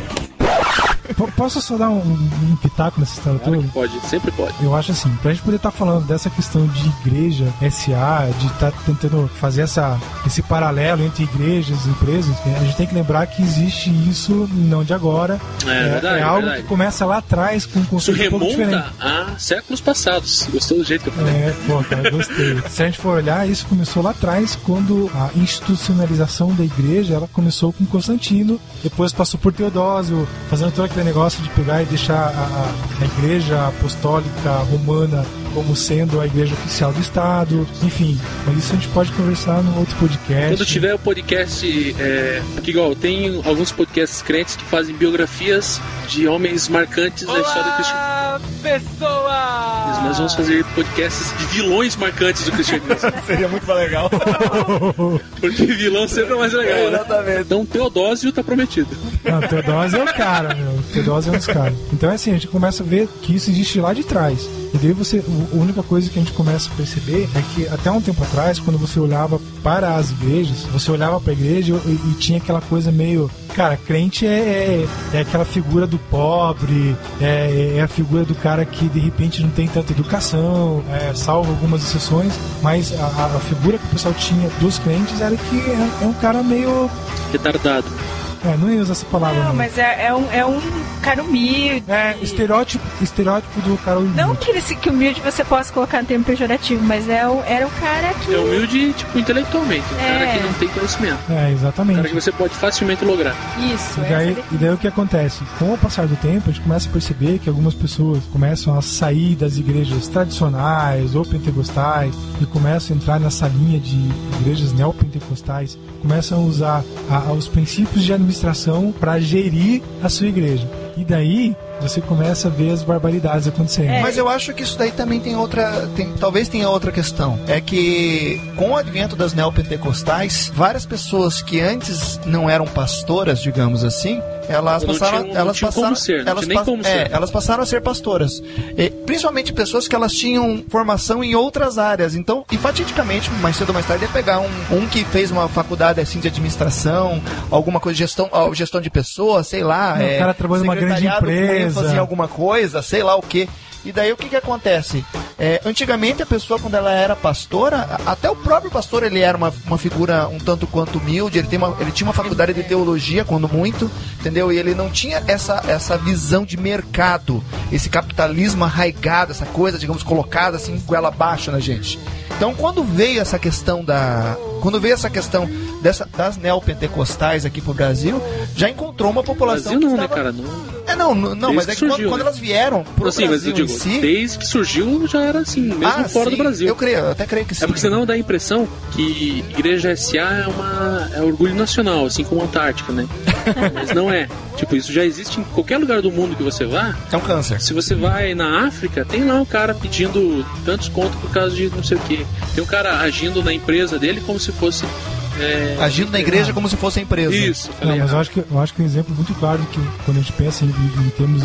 Speaker 9: P- posso só dar um, um pitaco nessa história toda?
Speaker 1: Pode, sempre pode.
Speaker 9: Eu acho assim, pra gente poder estar falando dessa questão de igreja SA, de estar tentando fazer essa, esse paralelo entre igrejas e empresas, né, a gente tem que lembrar que existe isso não de agora.
Speaker 1: É, verdade,
Speaker 9: algo
Speaker 1: verdade.
Speaker 9: que começa lá atrás com um
Speaker 1: Isso
Speaker 9: conceito um pouco diferente.
Speaker 1: remonta a séculos passados. Gostou do jeito que eu falei?
Speaker 9: É, pô, cara, gostei. Se a gente for olhar, isso começou lá atrás, quando a institucionalização da igreja, ela começou com Constantino, depois passou por Teodósio, fazendo todo aquele negócio de pegar e deixar a, a igreja apostólica romana como sendo a igreja oficial do Estado, enfim. Mas isso a gente pode conversar num outro podcast.
Speaker 1: Quando tiver o podcast, é, porque igual tem alguns podcasts crentes que fazem biografias de homens marcantes da história do cristianismo. Pessoa! Nós vamos fazer podcasts de vilões marcantes do cristianismo.
Speaker 8: Seria muito mais legal.
Speaker 1: porque vilão sempre é mais legal. né? Então Teodósio tá prometido.
Speaker 9: Não, Teodósio é o cara, meu. Teodósio é um dos caras. Então é assim, a gente começa a ver que isso existe lá de trás. E daí você. o- A única coisa que a gente começa a perceber é que até um tempo atrás, quando você olhava para as igrejas, você olhava para a igreja e, e tinha aquela coisa meio. Cara, crente é, é, é aquela figura do pobre, é, é a figura do cara que de repente não tem tanta educação, é, salvo algumas exceções, mas a- a, a figura que o pessoal tinha dos crentes era que é, é um cara meio.
Speaker 1: Retardado.
Speaker 9: É, não ia usar essa palavra.
Speaker 2: Não,
Speaker 9: não.
Speaker 2: mas é, é um, é um cara humilde.
Speaker 9: É, estereótipo, estereótipo do cara humilde.
Speaker 2: Não que, ele, se- que humilde você possa colocar no termo pejorativo, mas é, o- era o cara que.
Speaker 1: É humilde, tipo, intelectualmente. Um cara
Speaker 2: É.
Speaker 1: que não tem conhecimento.
Speaker 9: É,
Speaker 1: Um
Speaker 9: exatamente.
Speaker 1: cara que você pode facilmente lograr.
Speaker 2: Isso,
Speaker 9: E daí, e daí o que acontece? Com o passar do tempo, a gente começa a perceber que algumas pessoas começam a sair das igrejas tradicionais ou pentecostais e começam a entrar nessa linha de igrejas neopentecostais, começam a usar a- a- os princípios de administração para gerir a sua igreja. E daí você começa a ver as barbaridades acontecendo.
Speaker 8: Mas eu acho que isso daí também tem outra. tem- talvez tenha outra questão. É que com o advento das neopentecostais, várias pessoas que antes não eram pastoras, digamos assim, Elas
Speaker 1: Eu não
Speaker 8: passaram,
Speaker 1: tinha- não
Speaker 8: elas
Speaker 1: tinha
Speaker 8: passaram,
Speaker 1: como ser, não
Speaker 8: elas,
Speaker 1: tinha nem
Speaker 8: pas-
Speaker 1: como
Speaker 8: é,
Speaker 1: ser.
Speaker 8: elas passaram a ser pastoras. E, principalmente pessoas que elas tinham formação em outras áreas. Então, e fatidicamente, mais cedo ou mais tarde, ia pegar um, um que fez uma faculdade assim de administração, alguma coisa de gestão, ó, gestão de pessoas, sei lá.
Speaker 9: O
Speaker 8: é,
Speaker 9: cara trabalha numa grande
Speaker 8: secretariado com
Speaker 9: empresa.
Speaker 8: ênfase em alguma coisa, sei lá o quê. E daí o que que acontece? É, antigamente a pessoa quando ela era pastora, a- até o próprio pastor ele era uma, uma figura um tanto quanto humilde, ele, tem uma- ele tinha uma faculdade de teologia quando muito, entendeu? E ele não tinha essa, essa visão de mercado, esse capitalismo arraigado, essa coisa, digamos, colocada assim, goela abaixo na gente. Então quando veio essa questão da. Quando veio essa questão dessa, das neopentecostais aqui pro Brasil, já encontrou uma população
Speaker 1: Brasil não,
Speaker 8: que
Speaker 1: né,
Speaker 8: estava-
Speaker 1: cara? Não.
Speaker 8: É, não, não, não,
Speaker 1: Desde
Speaker 8: mas é
Speaker 1: que
Speaker 8: que
Speaker 1: surgiu,
Speaker 8: quando, quando
Speaker 1: né?
Speaker 8: elas vieram pro
Speaker 1: assim, mas
Speaker 8: Brasil
Speaker 1: eu digo,
Speaker 8: em si,
Speaker 1: desde que surgiu já era assim, mesmo
Speaker 8: Ah,
Speaker 1: fora do
Speaker 8: sim,
Speaker 1: Brasil.
Speaker 8: eu creio, eu até creio que sim.
Speaker 1: É porque senão dá a impressão que Igreja SA é uma é orgulho nacional, assim como a Antártica, né? Mas não é. Tipo, isso já existe em qualquer lugar do mundo que você vá.
Speaker 8: É um câncer.
Speaker 1: Se você vai na África, tem lá um cara pedindo tantos contos por causa de não sei o quê. Tem um cara agindo na empresa dele como se fosse. é,
Speaker 8: agindo na igreja como se fosse a empresa.
Speaker 1: Isso,
Speaker 9: Não,
Speaker 1: falei
Speaker 9: mas eu acho, que, eu acho que um exemplo muito claro de que quando a gente pensa em, em termos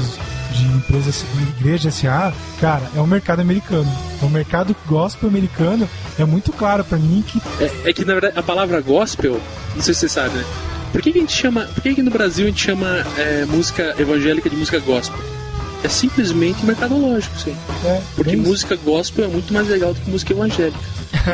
Speaker 9: de empresas, igreja SA, cara, é o mercado americano. É O mercado gospel americano é muito claro pra mim que
Speaker 1: É, é que na verdade a palavra gospel, não sei se você sabe, né? Por que, que a gente chama. Por que, que no Brasil a gente chama é, música evangélica de música gospel? É simplesmente mercadológico, sim.
Speaker 9: é,
Speaker 1: Porque música gospel é muito mais legal do que música evangélica.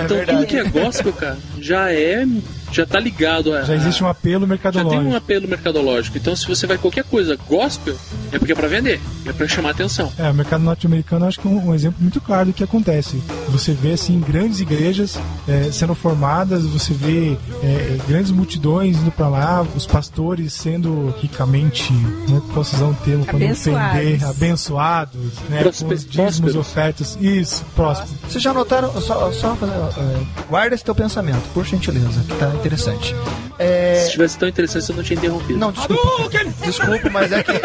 Speaker 1: Então tudo que é gospel, cara, já é. Já tá ligado a.
Speaker 9: já existe um
Speaker 1: já
Speaker 9: apelo
Speaker 1: tem
Speaker 9: mercadológico.
Speaker 1: um apelo mercadológico. Então se você vai qualquer coisa gospel, é porque é pra vender, é pra chamar atenção.
Speaker 9: É, o mercado norte-americano eu acho que é um, um exemplo muito claro do que acontece. Você vê, assim, grandes igrejas eh, sendo formadas, você vê eh, grandes multidões indo pra lá, os pastores sendo ricamente, né, posso usar um termo pra não
Speaker 8: Abençoados.
Speaker 9: ofender, abençoados, né, com
Speaker 8: Prospe-
Speaker 9: os dízimos,
Speaker 8: prósperos.
Speaker 9: ofertas, isso, próximo.
Speaker 8: Vocês já notaram, só, só fazer, é, guarda esse teu pensamento, por gentileza, que tá interessante.
Speaker 9: É.
Speaker 1: Se tivesse tão interessante, eu não tinha interrompido.
Speaker 8: Não, desculpa. Desculpa, mas é que, é,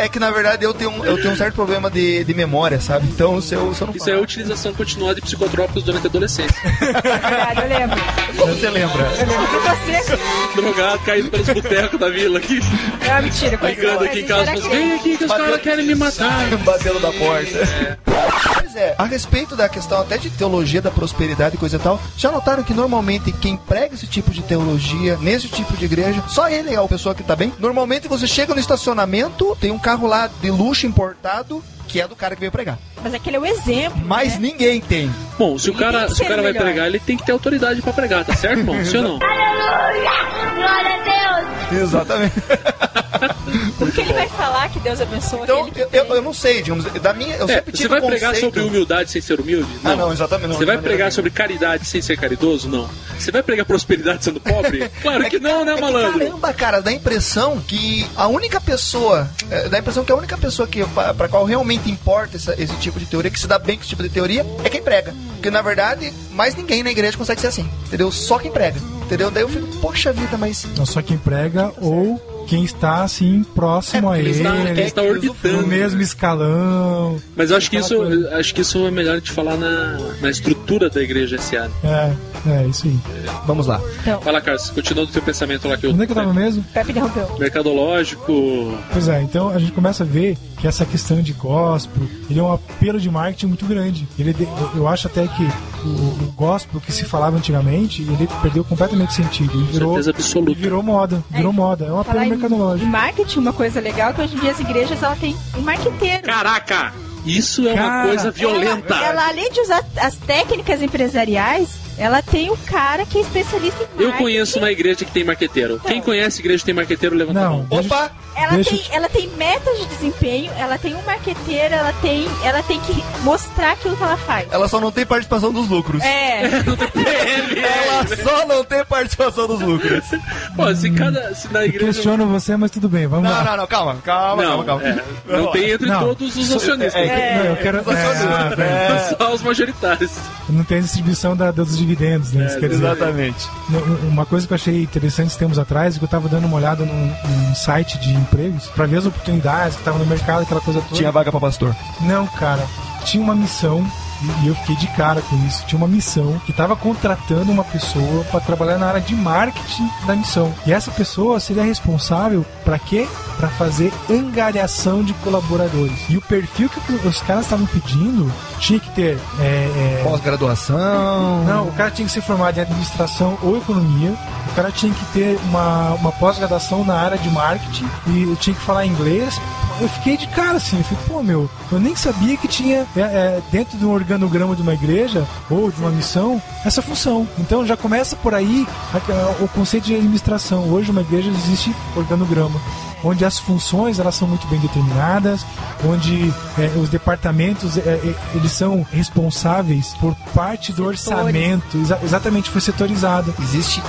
Speaker 8: é que na verdade eu tenho, um- eu tenho um certo problema de, de memória, sabe? Então se eu, se eu não
Speaker 1: Isso é a utilização continuada de psicotrópicos durante a adolescência.
Speaker 2: Verdade, eu lembro.
Speaker 8: Você lembra?
Speaker 1: você? Drogado, caído pelos botecos da vila aqui.
Speaker 2: É mentira, coisa
Speaker 1: Ligando
Speaker 2: boa.
Speaker 1: Tá aqui em casa, falando, vem aqui que os
Speaker 8: Bateu-
Speaker 1: caras querem me matar.
Speaker 8: Batendo da porta. Pois é, a respeito da questão até de teologia da prosperidade e coisa e tal, já notaram que normalmente quem prega esse tipo de teologia, nesse tipo de igreja, só ele é a pessoa que tá bem? Normalmente você chega no estacionamento, tem um carro lá de luxo importado, que é do cara que veio pregar.
Speaker 2: Mas aquele é o exemplo.
Speaker 8: Mas ninguém tem.
Speaker 1: Bom, se o cara,
Speaker 2: que
Speaker 1: se o
Speaker 2: ser
Speaker 1: cara vai
Speaker 2: melhor.
Speaker 1: pregar, ele tem que ter autoridade pra pregar, tá certo, irmão? Sim ou não?
Speaker 12: Glória a Deus!
Speaker 8: Exatamente.
Speaker 2: Porque ele vai falar que Deus abençoa
Speaker 8: Então, eu, eu- eu não sei, digamos, da minha. Eu
Speaker 1: É,
Speaker 8: sempre tive
Speaker 1: você vai
Speaker 8: o conceito...
Speaker 1: pregar sobre humildade sem ser humilde? Não,
Speaker 8: Ah, não, exatamente, não,
Speaker 1: Você
Speaker 8: de
Speaker 1: vai
Speaker 8: maneira
Speaker 1: pregar
Speaker 8: nenhuma.
Speaker 1: sobre caridade sem ser caridoso? Não. Você vai pregar prosperidade sendo pobre? Claro que não, né,
Speaker 8: É que,
Speaker 1: malandro?
Speaker 8: caramba, cara, dá a impressão que a única pessoa, é, dá a impressão que a única pessoa que pra pra qual realmente importa essa- esse tipo de teoria, que se dá bem com esse tipo de teoria, é quem prega. Porque na verdade, mais ninguém na igreja consegue ser assim, entendeu? Só quem prega, entendeu? Daí eu fico, poxa vida, mas
Speaker 9: Não Então, só quem prega ou quem está, assim, próximo a
Speaker 1: Ele
Speaker 9: ele,
Speaker 1: está, ele
Speaker 8: é
Speaker 1: está
Speaker 9: no
Speaker 1: orbitando.
Speaker 9: mesmo escalão.
Speaker 1: Mas eu acho que isso, acho que isso é melhor te falar na, na estrutura da igreja SA.
Speaker 9: É, é, isso aí.
Speaker 8: Vamos lá.
Speaker 1: Fala, Carlos, continua do teu pensamento lá que eu.
Speaker 9: Onde é que eu tava mesmo?
Speaker 2: Pepe interrompeu.
Speaker 1: Mercadológico.
Speaker 9: Pois é, então a gente começa a ver que essa questão de gospel, ele é um apelo de marketing muito grande. Ele, de- eu acho até que o, o gospel que se falava antigamente, ele perdeu completamente sentido. Ele virou,
Speaker 1: certeza absoluta.
Speaker 9: ele virou moda, virou moda. É um apelo
Speaker 2: Falar em,
Speaker 9: mercadológico.
Speaker 2: em marketing, uma coisa legal é que hoje em dia as igrejas ela tem um marqueteiro.
Speaker 1: Caraca! Isso é uma
Speaker 9: Cara,
Speaker 1: coisa violenta.
Speaker 2: Ela, ela, além de usar as técnicas empresariais, ela tem um cara que é especialista em marketing.
Speaker 1: Eu conheço uma igreja que tem marqueteiro. Quem conhece igreja que tem marqueteiro, levanta a mão.
Speaker 9: deixa-
Speaker 8: Opa!
Speaker 2: Ela
Speaker 9: Deixa eu
Speaker 2: tem, ela tem metas de desempenho, ela tem um marqueteiro, ela tem, ela tem que mostrar aquilo que ela faz.
Speaker 8: ela só não tem participação dos lucros.
Speaker 2: É,
Speaker 8: Ela
Speaker 9: É.
Speaker 8: só não tem participação dos lucros.
Speaker 1: Pô,
Speaker 8: Hum.
Speaker 1: se cada. Se
Speaker 8: É
Speaker 1: na
Speaker 9: Eu
Speaker 1: igreja.
Speaker 9: questiono você, mas tudo bem, vamos
Speaker 8: Não,
Speaker 9: lá.
Speaker 8: não, não, calma, calma,
Speaker 1: Não,
Speaker 8: calma, calma.
Speaker 1: é, não tem entre
Speaker 9: Não.
Speaker 1: todos os acionistas.
Speaker 8: É,
Speaker 9: Não, eu quero.
Speaker 8: Os acionistas,
Speaker 9: é, velho,
Speaker 8: né?
Speaker 1: Só os majoritários.
Speaker 9: não tem a distribuição da, dos dividendos, né? Isso quer dizer.
Speaker 8: É, Exatamente.
Speaker 9: Um- Uma coisa que eu achei interessante uns tempos atrás, é que eu tava dando uma olhada num, num site de empregos, pra ver as oportunidades que estavam no mercado, aquela coisa toda.
Speaker 8: Tinha vaga pra pastor.
Speaker 9: Não, cara. Tinha uma missão E, e eu fiquei de cara com isso. Tinha uma missão que estava contratando uma pessoa para trabalhar na área de marketing da missão. E essa pessoa seria responsável para quê? Para fazer angariação de colaboradores. E o perfil que os caras estavam pedindo tinha que ter é, é,
Speaker 8: Pós-graduação.
Speaker 9: não, o cara tinha que ser formado em administração ou economia. O cara tinha que ter uma, uma pós-graduação na área de marketing e eu tinha que falar inglês. Eu fiquei de cara assim, eu fiquei, pô, meu, eu nem sabia que tinha é, é, dentro de um organograma de uma igreja ou de uma missão essa função. Então já começa por aí a- a- o conceito de administração. Hoje uma igreja existe organograma onde as funções elas são muito bem determinadas, onde eh, os departamentos eh, eh, eles são responsáveis por parte do orçamento, exa- exatamente foi setorizado.
Speaker 8: Existe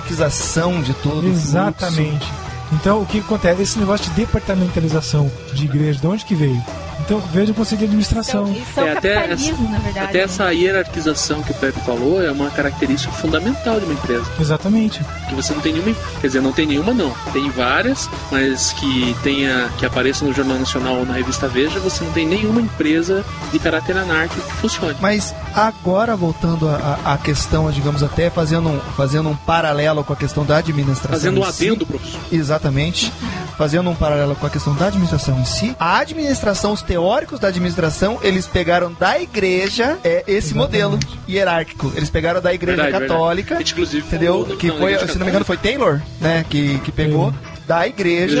Speaker 8: hierarquização de todo o
Speaker 9: Exatamente. Então o que acontece? Esse negócio de departamentalização de igreja, de onde que veio? Então veja o conceito de administração.
Speaker 2: então,
Speaker 10: É, até, essa,
Speaker 2: um na verdade.
Speaker 10: até essa hierarquização que o Pepe falou é uma característica fundamental de uma empresa.
Speaker 9: Exatamente.
Speaker 10: Que você não tem nenhuma, quer dizer, não tem nenhuma não. Tem várias, mas que tenha que apareça no Jornal Nacional ou na revista Veja, você não tem nenhuma empresa de caráter anárquico que funcione.
Speaker 8: Mas agora voltando à- à à questão, digamos até fazendo um, fazendo um paralelo com a questão da administração.
Speaker 10: Fazendo um
Speaker 8: em si.
Speaker 10: adendo, professor.
Speaker 8: Exatamente. Fazendo um paralelo com a questão da administração em si, a administração, os teóricos da administração, eles pegaram da igreja é, esse modelo hierárquico. Eles pegaram da igreja
Speaker 10: Verdade, verdade.
Speaker 8: católica,
Speaker 10: A gente, inclusive,
Speaker 8: entendeu?
Speaker 10: falou-
Speaker 8: que
Speaker 10: não,
Speaker 8: foi,
Speaker 10: igreja
Speaker 8: se não me engano, foi Taylor, né? Que, que pegou da igreja,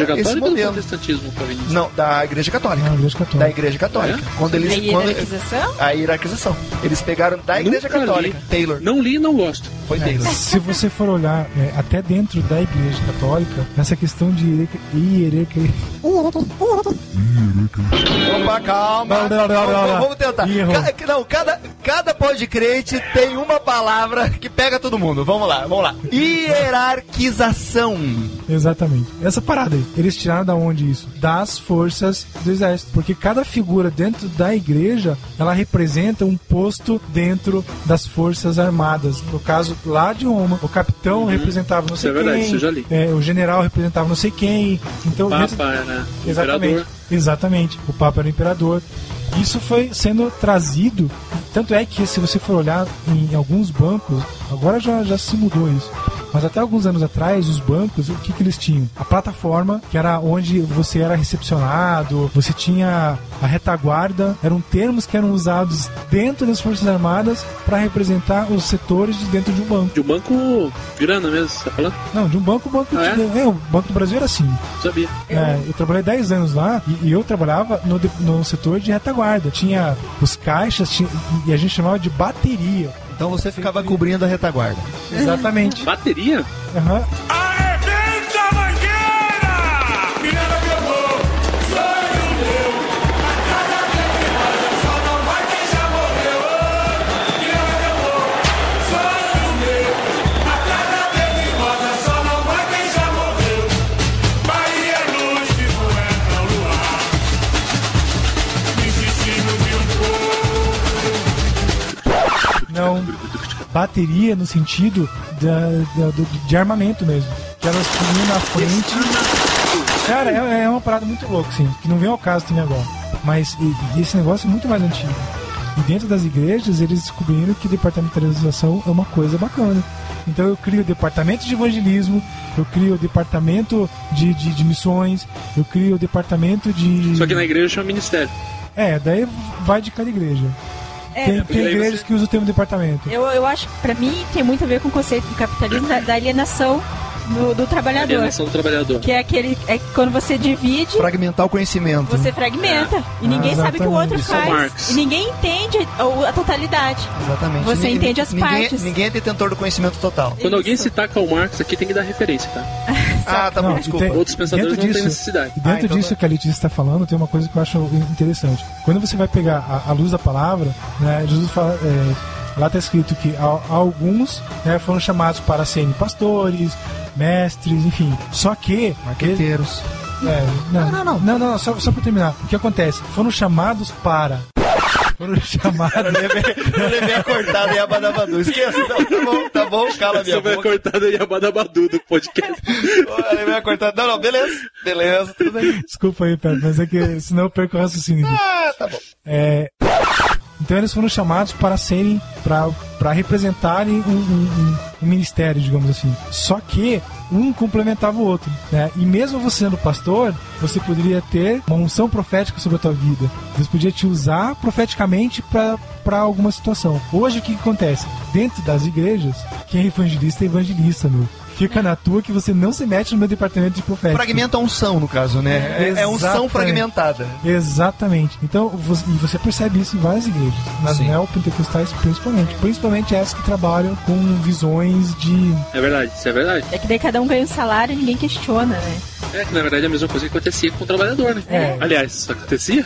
Speaker 10: Igreja
Speaker 8: esse
Speaker 10: católica
Speaker 1: é
Speaker 10: ou do
Speaker 8: modelo.
Speaker 10: protestantismo, Calvinista?
Speaker 8: Não, da Igreja
Speaker 9: É
Speaker 8: Católica. Da Igreja Católica. Quando eles,
Speaker 10: A
Speaker 2: né?
Speaker 8: hierarquização? Quando, a hierarquização. Eles pegaram da é Igreja
Speaker 10: Nunca li.
Speaker 8: Católica. Taylor.
Speaker 10: Não li e não gosto.
Speaker 8: Foi Taylor.
Speaker 9: É, Se você for olhar é, até dentro da igreja católica, essa questão de hierarquia. hierarquia-
Speaker 8: Opa, calma.
Speaker 9: Não, não, não, não,
Speaker 8: Vamos-
Speaker 9: não.
Speaker 8: Vamos tentar.
Speaker 9: Erro.
Speaker 8: Ca- é não, cada, cada podcrente tem uma palavra que pega todo mundo. Vamos lá, vamos lá. Hierarquização.
Speaker 9: Exatamente. Essa parada aí. Eles tiraram da onde isso? Das forças do exército. Porque cada figura dentro da igreja, ela representa um posto dentro das forças armadas. No caso, lá de Roma, o capitão representava não sei
Speaker 10: Uhum. Isso é verdade,
Speaker 9: quem.
Speaker 10: isso eu já li.
Speaker 9: é, o general representava não sei quem. Então,
Speaker 10: Papa né?
Speaker 9: dentro-
Speaker 1: né?
Speaker 10: era
Speaker 9: Exatamente.
Speaker 10: imperador.
Speaker 9: Exatamente. O Papa era o imperador. Isso foi sendo trazido. Tanto é que, se você for olhar em alguns bancos, agora já, já se mudou isso. Mas até alguns anos atrás, os bancos, o que, que eles tinham? A plataforma, que era onde você era recepcionado, você tinha a retaguarda, eram termos que eram usados dentro das Forças Armadas para representar os setores de dentro de um banco.
Speaker 10: De um banco grana mesmo, você tá falando?
Speaker 9: Não, de um banco, banco
Speaker 10: Ah,
Speaker 9: de- é, o Banco do Brasil era assim.
Speaker 10: Não sabia.
Speaker 9: É, eu trabalhei 10 anos lá e, e eu trabalhava no, de- no setor de retaguarda. Tinha os caixas tinha- e a gente chamava de bateria.
Speaker 8: Então você ficava cobrindo a retaguarda.
Speaker 9: Exatamente.
Speaker 10: Bateria?
Speaker 9: Aham. Não. Bateria no sentido da, da- do- de armamento mesmo. Que elas tinham na frente. Cara, é, é uma parada muito louca, assim, que não vem ao caso também agora. Mas e- e esse negócio é muito mais antigo. E dentro das igrejas eles descobriram que departamentalização é uma coisa bacana. Então eu crio o departamento de evangelismo, eu crio o departamento de, de, de missões, eu crio o departamento de.
Speaker 10: Só que na igreja chama ministério.
Speaker 9: É, daí vai de cada igreja.
Speaker 2: É,
Speaker 9: tem
Speaker 2: porque
Speaker 9: tem
Speaker 2: aí
Speaker 9: igrejas
Speaker 2: você-
Speaker 9: que usam o termo departamento.
Speaker 2: Eu, eu acho que pra mim tem muito a ver com o conceito do capitalismo da, da alienação do, do
Speaker 1: é
Speaker 2: trabalhador.
Speaker 10: Alienação do trabalhador.
Speaker 2: Que é aquele. É quando você divide,
Speaker 8: Fragmentar o conhecimento.
Speaker 2: você fragmenta. E
Speaker 8: Ah,
Speaker 2: ninguém sabe o que o outro
Speaker 8: exatamente. Isso é
Speaker 2: faz.
Speaker 8: Marx.
Speaker 2: E ninguém entende a, a totalidade.
Speaker 8: Exatamente.
Speaker 2: Você
Speaker 8: Ninguém-
Speaker 2: entende as
Speaker 8: ninguém-
Speaker 2: partes.
Speaker 8: Ninguém é detentor do conhecimento total.
Speaker 10: Quando alguém citar Karl Marx aqui, tem que dar referência, tá?
Speaker 8: Ah, tá bom,
Speaker 9: Não, e
Speaker 8: desculpa.
Speaker 9: tem-
Speaker 10: Outros pensadores
Speaker 9: dentro
Speaker 10: não têm
Speaker 9: disso-
Speaker 10: necessidade. Ah, então tá.
Speaker 9: Dentro disso que a Letícia está falando, tem uma coisa que eu acho interessante. Quando você vai pegar a, a luz da palavra, né, Jesus fala, é, lá está escrito que al- alguns né, foram chamados para serem pastores, mestres, enfim. Só que.
Speaker 8: Marqueteiros.
Speaker 9: É, não, não, não, não, não, só, só para terminar. O que acontece? Foram chamados para. Foram chamados.
Speaker 10: Tá
Speaker 8: Eu levei a cortada e a badabadu. Esqueça. Não, tá bom, tá bom, cala a minha
Speaker 10: Você vai
Speaker 8: boca.
Speaker 10: cortar daí a badabadu do podcast.
Speaker 8: Eu levei a cortada. Não, não, beleza. Beleza, tudo bem.
Speaker 9: Ah, Desculpa aí, Pedro, mas é que senão eu perco o raciocínio.
Speaker 8: Ah, tá bom.
Speaker 9: É, Então eles foram chamados para serem, para representarem um, um- um- um ministério, digamos assim. Só que um complementava o outro, né? E mesmo você sendo pastor, você poderia ter uma unção profética sobre a tua vida. Deus podia te usar profeticamente para alguma situação. Hoje o que que acontece? Dentro das igrejas, quem é evangelista é evangelista, meu. Fica na tua que você não se mete no meu departamento de profético.
Speaker 8: É. Fragmenta a unção, no caso, né? É- É, unção
Speaker 9: Exatamente.
Speaker 8: fragmentada.
Speaker 9: Exatamente. Então, você, e você percebe isso em várias igrejas, nas
Speaker 8: Sim.
Speaker 9: neopentecostais principalmente. Principalmente essas que trabalham com visões de.
Speaker 1: É verdade, isso é verdade.
Speaker 2: É que daí cada um ganha um salário e ninguém questiona, né?
Speaker 1: É que na verdade é a mesma coisa que acontecia com o trabalhador, né?
Speaker 9: É.
Speaker 1: Aliás, isso acontecia?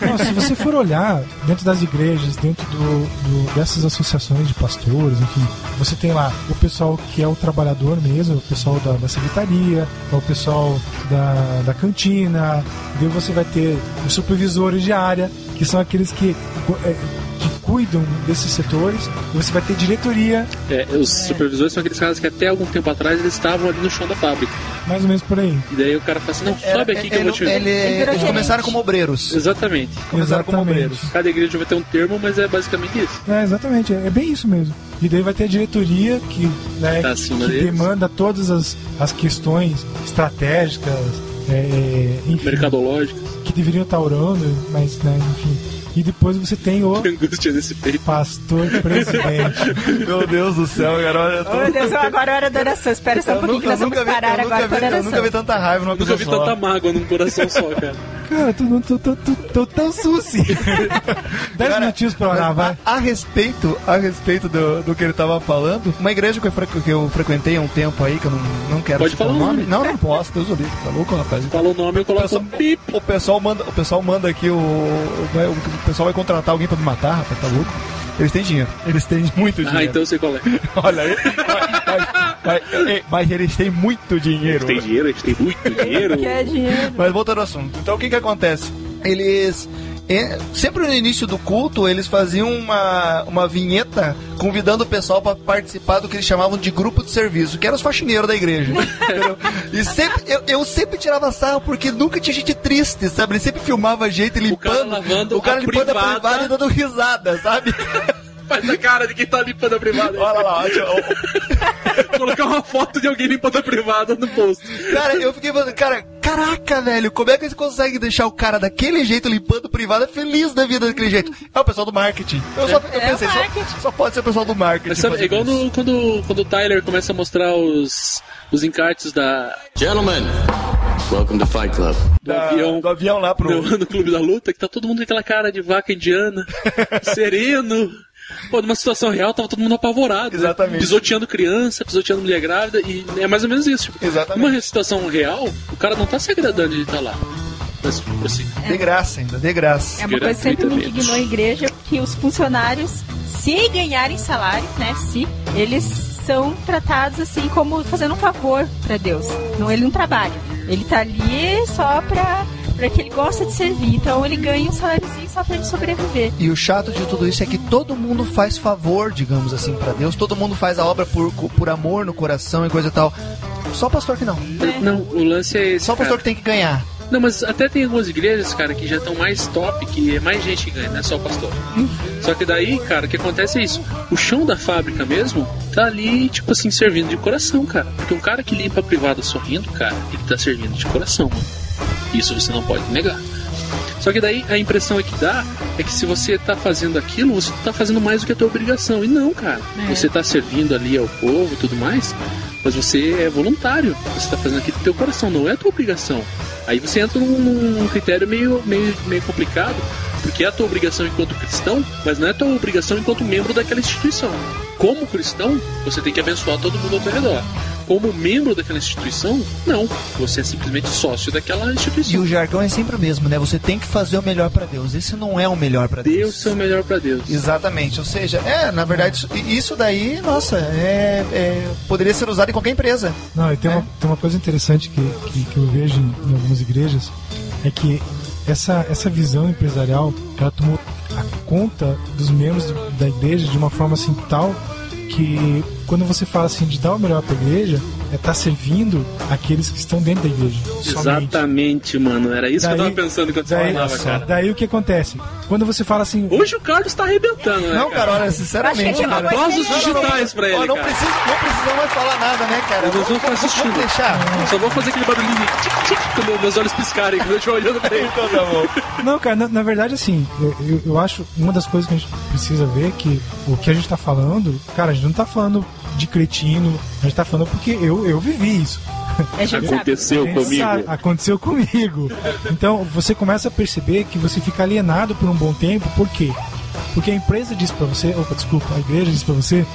Speaker 9: Não, se você for olhar dentro das igrejas, dentro do, do- dessas associações de pastores, enfim, você tem lá o pessoal que é o trabalhador mesmo, o pessoal da, da secretaria, é o pessoal da, da cantina, daí você vai ter os supervisores de área, que são aqueles que. eh, que cuidam desses setores, e você vai ter diretoria
Speaker 1: É, os supervisores são aqueles caras que até algum tempo atrás eles estavam ali no chão da fábrica.
Speaker 9: Mais ou menos por aí.
Speaker 1: E daí o cara fala assim, não,
Speaker 8: É,
Speaker 1: sobe aqui que eu vou te...
Speaker 8: eles começaram como obreiros.
Speaker 1: Exatamente.
Speaker 9: Começaram como Exatamente. obreiros.
Speaker 1: Cada igreja vai ter um termo, mas é basicamente isso.
Speaker 9: É, exatamente, é é bem isso mesmo. E daí vai ter a diretoria que, né,
Speaker 1: Tá
Speaker 9: que
Speaker 1: acima deles.
Speaker 9: demanda todas as, as questões estratégicas, é, enfim,
Speaker 1: Mercadológico.
Speaker 9: que deveriam estar orando, mas, né, enfim. E depois você tem o
Speaker 1: Que angústia desse peito.
Speaker 9: pastor presidente.
Speaker 8: Meu Deus do céu, garoto. Eu
Speaker 2: Meu Deus, agora é hora da oração. Espera só um pouquinho que nós vamos parar agora para a
Speaker 8: eu
Speaker 2: oração.
Speaker 8: nunca vi tanta raiva numa
Speaker 1: Nunca
Speaker 8: pessoa
Speaker 1: vi
Speaker 8: só.
Speaker 1: tanta mágoa num coração só, cara.
Speaker 9: Cara, tu não tô, tô, tô, tô tão suci. Dez minutinhos pra orar, vai.
Speaker 8: A respeito, a respeito do, do que ele tava falando, uma igreja que eu, frequ- que eu frequentei há um tempo aí, que eu não, não quero
Speaker 1: Pode
Speaker 8: citar
Speaker 1: falar
Speaker 8: o
Speaker 1: o
Speaker 8: nome.
Speaker 1: nome.
Speaker 8: Não, não posso, Deus o livre. Tá louco, rapaz?
Speaker 1: Falou o nome, eu
Speaker 8: O
Speaker 1: coloco
Speaker 8: pessoal, o pessoal manda, o pessoal manda aqui o, vai- o pessoal vai contratar alguém pra me matar, rapaz, tá louco? Eles têm dinheiro. Eles têm muito dinheiro.
Speaker 1: Ah, então eu sei qual é.
Speaker 8: Olha aí. Mas, mas- é, mas eles têm muito dinheiro.
Speaker 1: Tem dinheiro, a gente tem muito dinheiro.
Speaker 2: é dinheiro.
Speaker 8: Mas voltando ao assunto. Então o que que acontece? Eles. é, sempre no início do culto, eles faziam uma, uma vinheta convidando o pessoal para participar do que eles chamavam de grupo de serviço, que eram os faxineiros da igreja. Entendeu? e sempre, eu, eu sempre tirava sarro porque nunca tinha gente triste, sabe? Ele sempre filmava a gente limpando.
Speaker 1: lavando
Speaker 8: o cara
Speaker 1: a
Speaker 8: limpando a
Speaker 1: privada.
Speaker 8: privada e dando risada, sabe?
Speaker 1: Faz a cara de quem tá limpando a privada.
Speaker 8: Olha lá, olha,
Speaker 1: Colocar uma foto de alguém limpando a privada no post.
Speaker 8: Cara, eu fiquei falando, cara, caraca, velho, como é que eles conseguem deixar o cara daquele jeito, limpando privada, feliz da vida daquele jeito? É o pessoal do marketing. Eu, só, eu pensei, só- só, pode ser o pessoal do marketing.
Speaker 1: Mas sabe,
Speaker 8: fazer
Speaker 1: é igual
Speaker 8: isso.
Speaker 1: no- quando, quando o Tyler começa a mostrar os, os encartes da,
Speaker 3: Gentlemen, welcome to Fight Club.
Speaker 1: do avião.
Speaker 8: Ah, Do avião lá pro.
Speaker 1: no, no Clube da Luta, que tá todo mundo com aquela cara de vaca indiana, sereno. Pô, numa situação real, tava todo mundo apavorado. né?
Speaker 8: Exatamente.
Speaker 1: Pisoteando criança, pisoteando mulher grávida, e é mais ou menos isso. Tipo,
Speaker 8: Exatamente.
Speaker 1: Numa situação real, o cara não tá se agradando de estar lá. Mas, tipo assim,
Speaker 8: De graça ainda, de graça.
Speaker 2: É uma coisa que sempre me
Speaker 1: Gratuitamente.
Speaker 2: indignou a igreja que os funcionários, se ganharem salário, né, se eles são tratados assim como fazendo um favor pra Deus. Não, ele não trabalha. Ele tá ali só pra, pra que ele gosta de servir. Então ele ganha um saláriozinho só pra ele sobreviver.
Speaker 8: E o chato de tudo isso é que todo mundo faz favor, digamos assim, pra Deus. Todo mundo faz a obra por, por amor no coração e coisa e tal. Só o pastor que não.
Speaker 1: não, o lance é esse.
Speaker 8: Só o
Speaker 1: cara.
Speaker 8: pastor que tem que ganhar.
Speaker 1: Não, mas até tem algumas igrejas, cara, que já estão mais top, que é mais gente que ganha, não é só o pastor. Só que daí, cara, o que acontece é isso. O chão da fábrica mesmo tá ali, tipo assim, servindo de coração, cara. Porque um cara que limpa a privada sorrindo, cara, ele tá servindo de coração, mano. Isso você não pode negar. Só que daí a impressão que dá é que se você tá fazendo aquilo, você tá fazendo mais do que a tua obrigação. E não, cara.
Speaker 2: É.
Speaker 1: Você tá servindo ali ao povo e tudo mais, mas você é voluntário. Você tá fazendo aquilo do teu coração, não é a tua obrigação. Aí você entra num, num critério meio, meio, meio complicado, porque é a tua obrigação enquanto cristão, mas não é a tua obrigação enquanto membro daquela instituição. Como cristão, você tem que abençoar todo mundo ao teu redor. Como membro daquela instituição, não. Você é simplesmente sócio daquela instituição.
Speaker 8: E o jargão é sempre o mesmo, né? Você tem que fazer o melhor pra Deus. Esse não é o melhor pra Deus.
Speaker 1: Dê o seu melhor pra Deus.
Speaker 8: Exatamente, ou seja, é, na verdade, isso, isso daí, nossa, é, é- poderia ser usado em qualquer empresa.
Speaker 9: Não, e tem, uma, tem uma coisa interessante que, que, que eu vejo em, em algumas igrejas, é que essa, essa visão empresarial, ela tomou a conta dos membros do- da igreja de uma forma assim tal que quando você fala assim de dar o melhor para a igreja, é estar servindo aqueles que estão dentro da igreja. Somente.
Speaker 1: Exatamente, mano. Era isso que eu
Speaker 9: Daí-
Speaker 1: tava pensando quando você
Speaker 9: daí,
Speaker 1: falava, cara.
Speaker 9: daí o que acontece? Quando você fala assim.
Speaker 1: Hoje o Carlos tá arrebentando, né?
Speaker 9: Não, cara, olha,
Speaker 8: Sinceramente, cara.
Speaker 1: Aplausos digitais pra ele.
Speaker 8: Ó, não,
Speaker 1: cara.
Speaker 8: precisa, não precisamos mais falar nada, né, cara?
Speaker 1: Os meus olhos estão
Speaker 8: Vamos- vamos-
Speaker 1: assistindo.
Speaker 8: Vamos deixar.
Speaker 1: Só vou fazer aquele barulhinho de tic-tic quando meus olhos piscarem, quando eu estiver olhando pra ele. então tá bom.
Speaker 9: Não, cara, na, na verdade, assim, eu- eu, eu acho uma das coisas que a gente precisa ver é que o que a gente tá falando, cara, a gente não tá falando de cretino, a gente tá falando porque eu, eu vivi isso.
Speaker 1: A gente Aconteceu
Speaker 9: A gente
Speaker 1: comigo.
Speaker 9: sabe, aconteceu comigo. Então, você começa a perceber que você fica alienado por um bom tempo, por quê? Porque a empresa diz pra você, opa, desculpa, a igreja diz pra você,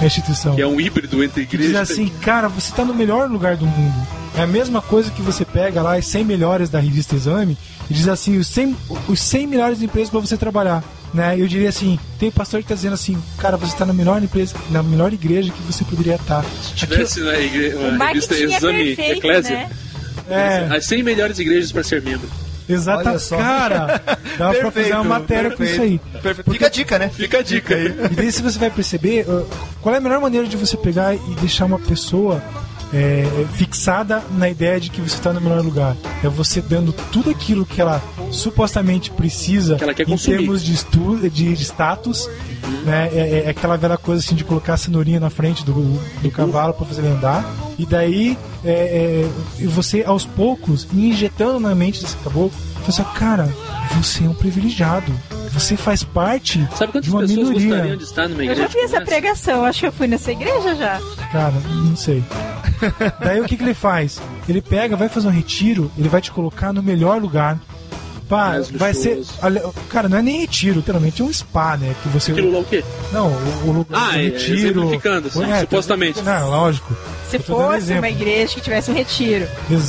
Speaker 9: a instituição,
Speaker 1: Que é um híbrido entre
Speaker 9: que diz
Speaker 1: igreja
Speaker 9: assim, cara, você tá no melhor lugar do mundo. É a mesma coisa que você pega lá as 100 melhores da revista Exame e diz assim, os 100, os 100 melhores empresas para você trabalhar. Né? Eu diria assim, tem pastor que tá dizendo assim, cara, você tá na melhor empresa, na melhor igreja que você poderia tá." estar.
Speaker 1: Se tivesse na igreja,
Speaker 9: O
Speaker 1: uma
Speaker 9: marketing
Speaker 1: revista
Speaker 9: é
Speaker 1: Exame
Speaker 9: perfeito,
Speaker 1: Eclésia,
Speaker 9: né? É.
Speaker 1: as 100 melhores igrejas pra ser membro.
Speaker 9: Exata, cara, dá pra fazer uma matéria com isso aí.
Speaker 8: Fica a dica, né?
Speaker 1: Fica a dica aí.
Speaker 9: E daí se você vai perceber, uh, qual é a melhor maneira de você pegar e deixar uma pessoa é, fixada na ideia de que você está no melhor lugar? É você dando tudo aquilo que ela supostamente precisa
Speaker 1: Que ela quer
Speaker 9: em
Speaker 1: consumir. Uhum.
Speaker 9: termos de, estu de, de status, né? É, é- é aquela velha coisa assim de colocar a cenourinha na frente do,
Speaker 1: Uhum.
Speaker 9: do cavalo para fazer ele andar. E daí é, é, você aos poucos injetando na mente desse caboclo, você fala, assim, cara, você é um privilegiado. Você faz parte
Speaker 1: Sabe quantas
Speaker 9: de uma
Speaker 1: pessoas
Speaker 9: minoria.
Speaker 1: gostariam de estar numa
Speaker 2: Eu
Speaker 1: igreja?
Speaker 2: já vi essa pregação, acho que eu fui nessa igreja já.
Speaker 9: Cara, não sei. Daí o que, que ele faz? Ele pega, vai fazer um retiro, ele vai te colocar no melhor lugar. Pá,
Speaker 1: Mais
Speaker 9: vai ser.
Speaker 1: luxuoso.
Speaker 9: olha, Cara, não é nem retiro, literalmente é um spa, né? Que você.
Speaker 1: Aquilo lá o quê?
Speaker 9: Não, o, o lugar.
Speaker 1: Ah, é,
Speaker 9: o
Speaker 1: é,
Speaker 9: retiro.
Speaker 1: exemplificando, assim,
Speaker 9: tá-
Speaker 1: supostamente.
Speaker 9: Não, lógico.
Speaker 2: Se
Speaker 9: Eu tô dando um
Speaker 2: fosse
Speaker 9: exemplo.
Speaker 2: uma igreja que tivesse um retiro.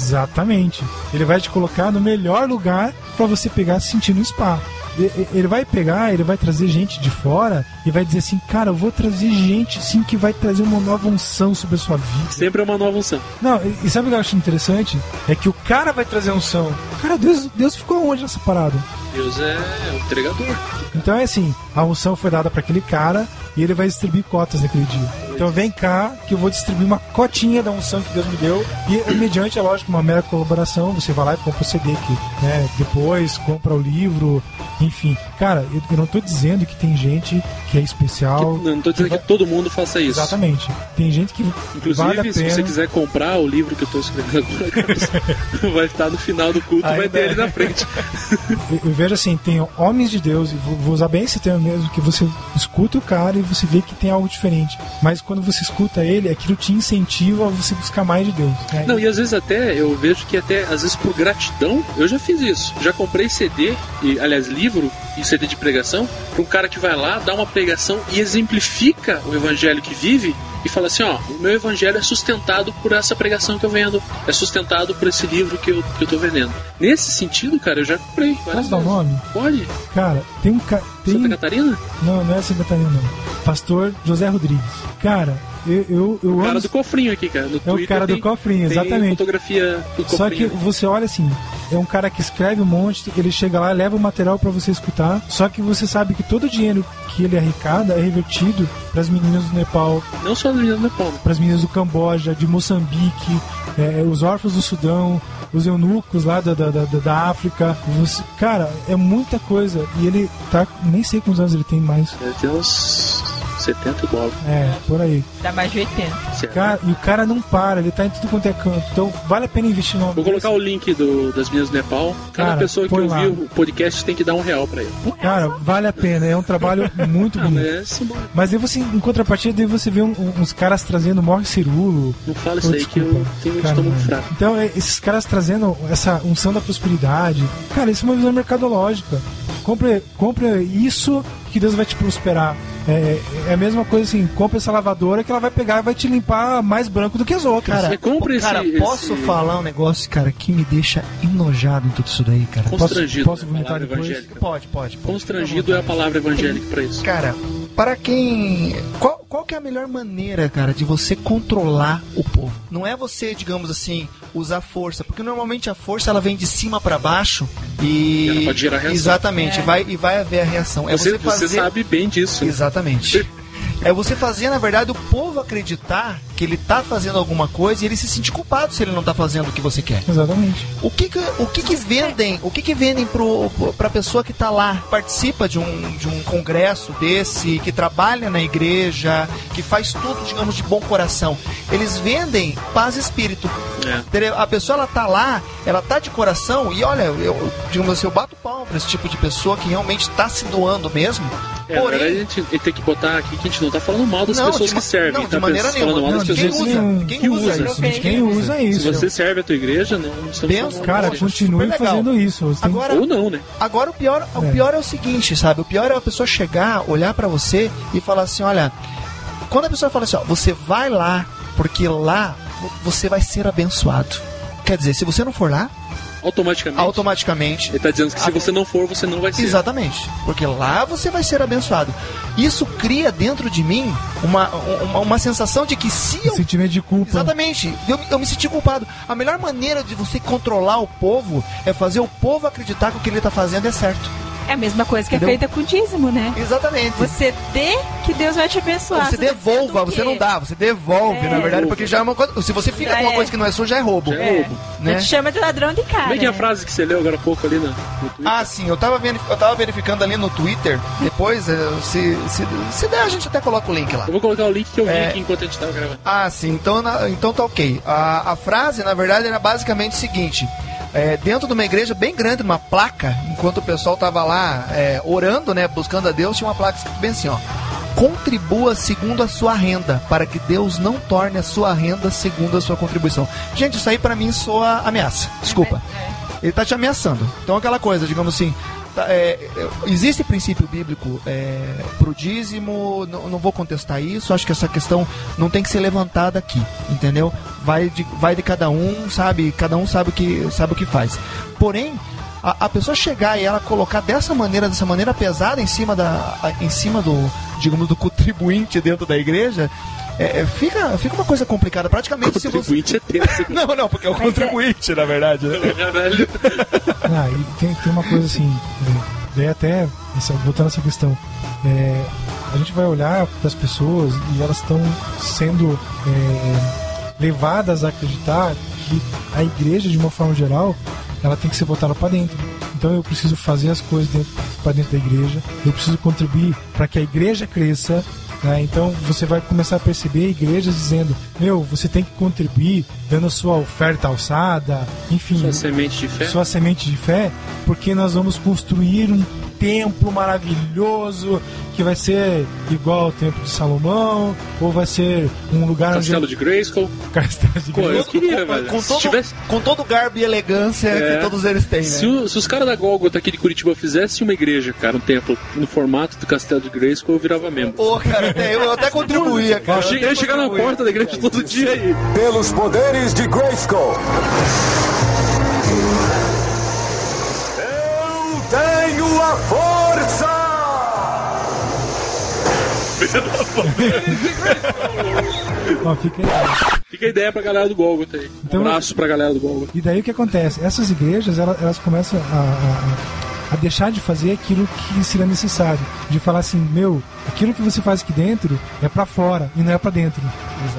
Speaker 9: Exatamente. Ele vai te colocar no melhor lugar pra você pegar se sentir no spa. E- e- Ele vai pegar, ele vai trazer gente de fora e vai dizer assim, cara, eu vou trazer gente sim que vai trazer uma nova unção sobre a sua vida.
Speaker 1: Sempre é uma nova unção.
Speaker 9: Não, e- e sabe o que eu acho interessante? É que o cara vai trazer unção. Cara, Deus, Deus ficou onde nessa parada?
Speaker 1: Deus é o entregador.
Speaker 9: Então é assim, a unção foi dada pra aquele cara e ele vai distribuir cotas naquele dia. Então vem cá que eu vou distribuir uma cotinha da unção que Deus me deu e mediante, é lógico, uma mera colaboração, você vai lá e compra o CD aqui, né? Depois compra o livro, enfim. Cara, eu, eu não tô dizendo que tem gente que é especial.
Speaker 1: Não, não tô dizendo que todo mundo faça isso.
Speaker 9: Exatamente. Tem gente que
Speaker 1: Inclusive,
Speaker 9: vale a
Speaker 1: se você
Speaker 9: pena.
Speaker 1: quiser comprar o livro que eu tô escrevendo agora, Carlos, vai estar no final do culto, vai ter ele
Speaker 9: é.
Speaker 1: na frente.
Speaker 9: Eu, eu vejo assim, tem homens de Deus, e vou, vou usar bem esse termo mesmo, que você escuta o cara e você vê que tem algo diferente. Mas quando você escuta ele, aquilo te incentiva a você buscar mais de Deus. né?
Speaker 1: Não, e às vezes até, eu vejo que até, às vezes por gratidão, eu já fiz isso. Já comprei CD, e, aliás, livro e CD de pregação, pra um cara que vai lá, dá uma pregação e exemplifica o evangelho que vive e fala assim, ó, o meu evangelho é sustentado por essa pregação que eu vendo, é sustentado por esse livro que eu, que eu tô vendendo. Nesse sentido, cara, eu já comprei. várias
Speaker 9: Posso dar o
Speaker 1: vezes.
Speaker 9: nome?
Speaker 1: Pode?
Speaker 9: Cara, tem um cara.
Speaker 1: Santa Catarina?
Speaker 9: Não, não é Santa Catarina, não. Pastor José Rodrigues. Cara, eu, eu, eu
Speaker 1: O cara
Speaker 9: amo.
Speaker 1: do cofrinho aqui, cara. No
Speaker 9: É o
Speaker 1: Twitter
Speaker 9: cara do
Speaker 1: tem-
Speaker 9: cofrinho,
Speaker 1: tem
Speaker 9: exatamente.
Speaker 1: fotografia do cofrinho.
Speaker 9: Só que você olha assim, é um cara que escreve um monte, ele chega lá, leva o material pra você escutar, só que você sabe que todo o dinheiro que ele arrecada é revertido pras meninas do Nepal,
Speaker 1: Não só do Menino Nepal.
Speaker 9: para as meninas do Camboja, de Moçambique, é, os órfãos do Sudão, os eunucos lá da, da, da, da África. Você- cara, é muita coisa. E ele tá. Nem sei quantos anos ele tem mais.
Speaker 1: Deve ter né? uns 70 dólares.
Speaker 9: É, por aí.
Speaker 2: Dá mais de 80.
Speaker 9: Cara, e o cara não para, ele tá em tudo quanto é canto. Então vale a pena investir no
Speaker 1: Vou colocar o link do, das minhas do Nepal. Cada
Speaker 9: Cara,
Speaker 1: pessoa que
Speaker 9: põe
Speaker 1: ouviu
Speaker 9: lá.
Speaker 1: o podcast tem que dar um real pra ele. Ah,
Speaker 9: Cara, vale a pena, é um trabalho muito
Speaker 1: É.
Speaker 9: bonito. Mas aí você, em contrapartida, daí você vê um- um- uns caras trazendo morre cirulo.
Speaker 1: Não fala
Speaker 9: Ô,
Speaker 1: isso aí que eu
Speaker 9: desculpa.
Speaker 1: tenho um
Speaker 9: Cara,
Speaker 1: estômago fraco.
Speaker 9: Então, é, esses caras trazendo essa unção da prosperidade. Cara, isso é uma visão mercadológica. Compre, compre isso que Deus vai te prosperar. É, é a mesma coisa assim, compra essa lavadora que ela vai pegar e vai te limpar mais branco do que as outras.
Speaker 8: Cara, cara, posso falar um negócio, cara, que me deixa enojado em tudo isso daí, cara.
Speaker 1: Constrangido. é
Speaker 8: Posso, um posso
Speaker 1: a
Speaker 8: vomitar
Speaker 1: palavra
Speaker 8: depois?
Speaker 1: evangélica.
Speaker 8: Pode, pode, pode.
Speaker 9: Tá
Speaker 1: Constrangido é a palavra evangélica pra isso.
Speaker 8: Cara, para quem. Qual, qual que é a melhor maneira, cara, de você controlar o povo? Não é você, digamos assim, usar força, porque normalmente a força ela vem de cima pra baixo e.
Speaker 1: Ela pode gerar reação.
Speaker 8: Exatamente,
Speaker 1: É.
Speaker 8: vai, e vai haver a reação. É
Speaker 1: você, né?
Speaker 8: você, fazer.
Speaker 1: você sabe bem disso.
Speaker 8: Exatamente. É você fazer, na verdade, o povo acreditar que ele tá fazendo alguma coisa e ele se sentir culpado se ele não tá fazendo o que você quer.
Speaker 9: Exatamente.
Speaker 8: O que que, o que, que vendem? O que que vendem pro, pro, pra pessoa que tá lá, participa de um, de um congresso desse, que trabalha na igreja, que faz tudo, digamos, de bom coração? Eles vendem paz e espírito.
Speaker 1: É.
Speaker 8: Entendeu? A pessoa, ela tá lá, ela tá de coração e olha, eu, digamos assim, eu bato palma pra esse tipo de pessoa que realmente tá se doando mesmo.
Speaker 10: É, na verdade, a gente, a gente tem que botar aqui que a gente não tá falando mal das
Speaker 8: Não,
Speaker 10: pessoas que
Speaker 8: de ma-
Speaker 10: servem.
Speaker 8: não,
Speaker 10: tá
Speaker 8: de maneira
Speaker 10: falando
Speaker 8: nenhuma.
Speaker 10: mal das
Speaker 8: Não, quem
Speaker 10: pessoas
Speaker 9: hum,
Speaker 8: usa- quem
Speaker 10: que
Speaker 8: usa
Speaker 10: usam.
Speaker 8: isso? De quem usa isso?
Speaker 10: Se você serve a tua igreja,
Speaker 1: né,
Speaker 10: não, não estamos
Speaker 8: Pensa,
Speaker 10: falando
Speaker 9: Cara,
Speaker 10: mal da igreja.
Speaker 9: continue
Speaker 8: legal.
Speaker 9: fazendo isso. Você tem-
Speaker 8: Agora,
Speaker 10: Ou não, né?
Speaker 8: Agora o pior, o pior é o seguinte, sabe? O pior é a pessoa chegar, olhar pra você e falar assim, olha, quando a pessoa fala assim, ó, você vai lá porque lá vo- você vai ser abençoado. Quer dizer, se você não for lá,
Speaker 10: Automaticamente.
Speaker 8: automaticamente
Speaker 10: Ele tá dizendo que se você não for, você não vai ser.
Speaker 8: Exatamente, porque lá você vai ser abençoado. Isso cria dentro de mim uma, uma, uma sensação de que se eu.
Speaker 9: Sentimento de culpa.
Speaker 8: Exatamente, eu, eu me senti culpado. A melhor maneira de você controlar o povo é fazer o povo acreditar que o que ele está fazendo é certo.
Speaker 2: É a mesma coisa que é
Speaker 8: Entendeu?
Speaker 2: feita com dízimo, né?
Speaker 8: Exatamente.
Speaker 2: Você dê que Deus vai te abençoar.
Speaker 8: Você
Speaker 2: tá
Speaker 8: devolva,
Speaker 2: fazendo o
Speaker 8: você
Speaker 2: quê?
Speaker 8: não dá, você devolve,
Speaker 2: É.
Speaker 8: na verdade, porque já é uma coisa. Se você fica
Speaker 2: Já
Speaker 8: com uma
Speaker 2: é.
Speaker 8: coisa que não é sua, já é roubo.
Speaker 10: Já é roubo.
Speaker 8: Né?
Speaker 2: Eu te chama de ladrão de cara.
Speaker 10: Como é que é a
Speaker 2: né?
Speaker 10: frase que você leu agora há pouco ali, né?
Speaker 8: Ah, sim, eu tava, veri- eu tava verificando ali no Twitter. Depois, eh, se, se, se der, a gente até coloca o link lá.
Speaker 10: Eu vou colocar o link que eu vi
Speaker 8: É.
Speaker 10: aqui enquanto a gente tava gravando.
Speaker 8: Ah, sim, então, na- então tá ok. A, a frase, na verdade, era basicamente o seguinte: é, dentro de uma igreja bem grande, uma placa, enquanto o pessoal tava lá é, orando, né, buscando a Deus, tinha uma placa escrito bem assim: ó. Contribua segundo a sua renda, para que Deus não torne a sua renda segundo a sua contribuição. Gente, isso aí pra mim soa ameaça. Desculpa. Ele tá te ameaçando. Então aquela coisa, digamos assim. tá, é, é, existe princípio bíblico é, pro dízimo, não, não vou contestar isso, acho que essa questão não tem que ser levantada aqui, entendeu? Vai de, vai de cada um, sabe? Cada um sabe o que, sabe o que faz. Porém, a, a pessoa chegar e ela colocar dessa maneira, dessa maneira pesada em cima, da, a- em cima do, digamos, do contribuinte dentro da igreja, é, é, fica, fica uma coisa complicada. Praticamente, se você.
Speaker 10: Contribuinte é tenso.
Speaker 8: Não, não, porque é o
Speaker 10: Mas é-
Speaker 8: contribuinte, na verdade. né?
Speaker 10: Caralho.
Speaker 9: Ah, e tem, tem uma coisa assim, é, daí até, essa- voltando a essa questão, é, a gente vai olhar para as pessoas e elas estão sendo é, levadas a acreditar que a igreja, de uma forma geral, ela tem que ser botada para dentro. Então eu preciso fazer as coisas para dentro da igreja, eu preciso contribuir para que a igreja cresça. né? Então você vai começar a perceber igrejas dizendo: Meu, você tem que contribuir dando a sua oferta alçada, enfim,
Speaker 1: é
Speaker 10: Sua semente de fé.
Speaker 9: sua semente de fé, porque nós vamos construir um templo maravilhoso que vai ser igual ao templo de Salomão, ou vai ser um lugar
Speaker 10: Castelo de
Speaker 9: onde
Speaker 10: Grayskull.
Speaker 9: Castelo de
Speaker 10: Pô, eu queria, velho.
Speaker 8: com, todo,
Speaker 10: Se tivesse...
Speaker 8: com todo o garbo e elegância
Speaker 10: É.
Speaker 8: que todos eles têm, né?
Speaker 10: Se, o- se os caras da Golgotha aqui de Curitiba fizessem uma igreja, cara, um templo no formato do Castelo de Grayskull, eu virava membro.
Speaker 8: Pô, cara, até, eu até contribuía, cara.
Speaker 10: Eu che- eu ia chegar na porta da igreja todo dia aí.
Speaker 13: Pelos poderes de Grayskull. Eu tenho a força!
Speaker 9: Ó, fica aí.
Speaker 10: Fica a ideia pra galera do Golgotha aí. Um
Speaker 9: Então-
Speaker 10: abraço pra galera do Golgotha.
Speaker 9: E daí o que acontece? Essas igrejas ela- elas, começam a, a- a- a deixar de fazer aquilo que seria necessário, de falar assim, meu, aquilo que você faz aqui dentro é pra fora e não é pra dentro.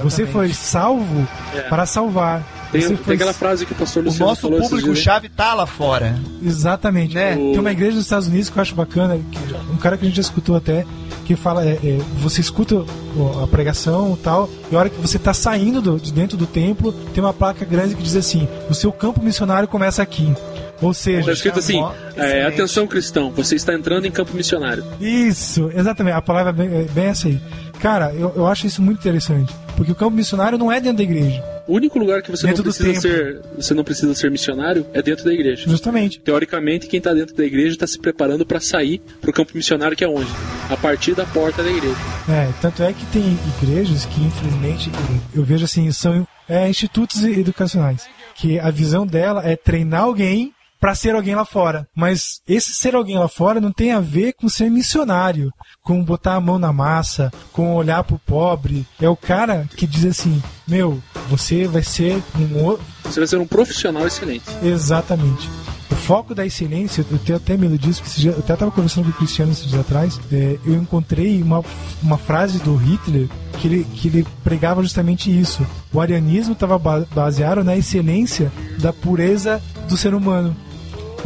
Speaker 9: Você foi salvo
Speaker 10: É.
Speaker 9: para salvar.
Speaker 10: Tem, um-
Speaker 9: Você
Speaker 10: tem
Speaker 9: foi
Speaker 10: aquela frase que o pastor
Speaker 8: O
Speaker 10: Luciano
Speaker 8: nosso
Speaker 10: falou esses dias, né?
Speaker 8: público-chave tá lá fora.
Speaker 9: Exatamente. É,
Speaker 8: Né?
Speaker 9: Tem uma igreja dos Estados Unidos que eu acho bacana, que- um cara que a gente já escutou até, que fala, é, é, você escuta o- a pregação e tal, e a hora que você está saindo do- de dentro do templo, tem uma placa grande que diz assim, o seu campo missionário começa aqui. Ou seja,
Speaker 10: Tá escrito assim, é,
Speaker 9: Excelente.
Speaker 10: atenção cristão, você está entrando em campo missionário.
Speaker 9: Isso, exatamente. A palavra é bem, é bem essa aí. Cara, eu, eu acho isso muito interessante. Porque o campo missionário não é dentro da igreja.
Speaker 10: O único lugar que você
Speaker 9: Dentro
Speaker 10: não
Speaker 9: do
Speaker 10: precisa
Speaker 9: templo.
Speaker 10: ser, você não precisa ser missionário é dentro da igreja.
Speaker 9: Justamente.
Speaker 10: Teoricamente, quem
Speaker 1: tá
Speaker 10: está dentro da igreja está se preparando para sair pro campo missionário que é onde? A partir da porta da igreja.
Speaker 9: É, tanto é que tem igrejas que, infelizmente, eu vejo assim, são é, institutos educacionais. Que a visão dela é treinar alguém para ser alguém lá fora. Mas esse ser alguém lá fora não tem a ver com ser missionário, com botar a mão na massa, com olhar pro pobre. É o cara que diz assim: Meu, você vai ser um outro.
Speaker 10: Você vai ser um profissional excelente.
Speaker 9: Exatamente. O foco da excelência, eu tenho até medo disso, porque eu até estava conversando com o Cristiano esses dias atrás, é, eu encontrei uma, uma frase do Hitler que ele, que ele pregava justamente isso. O arianismo estava baseado na excelência da pureza do ser humano.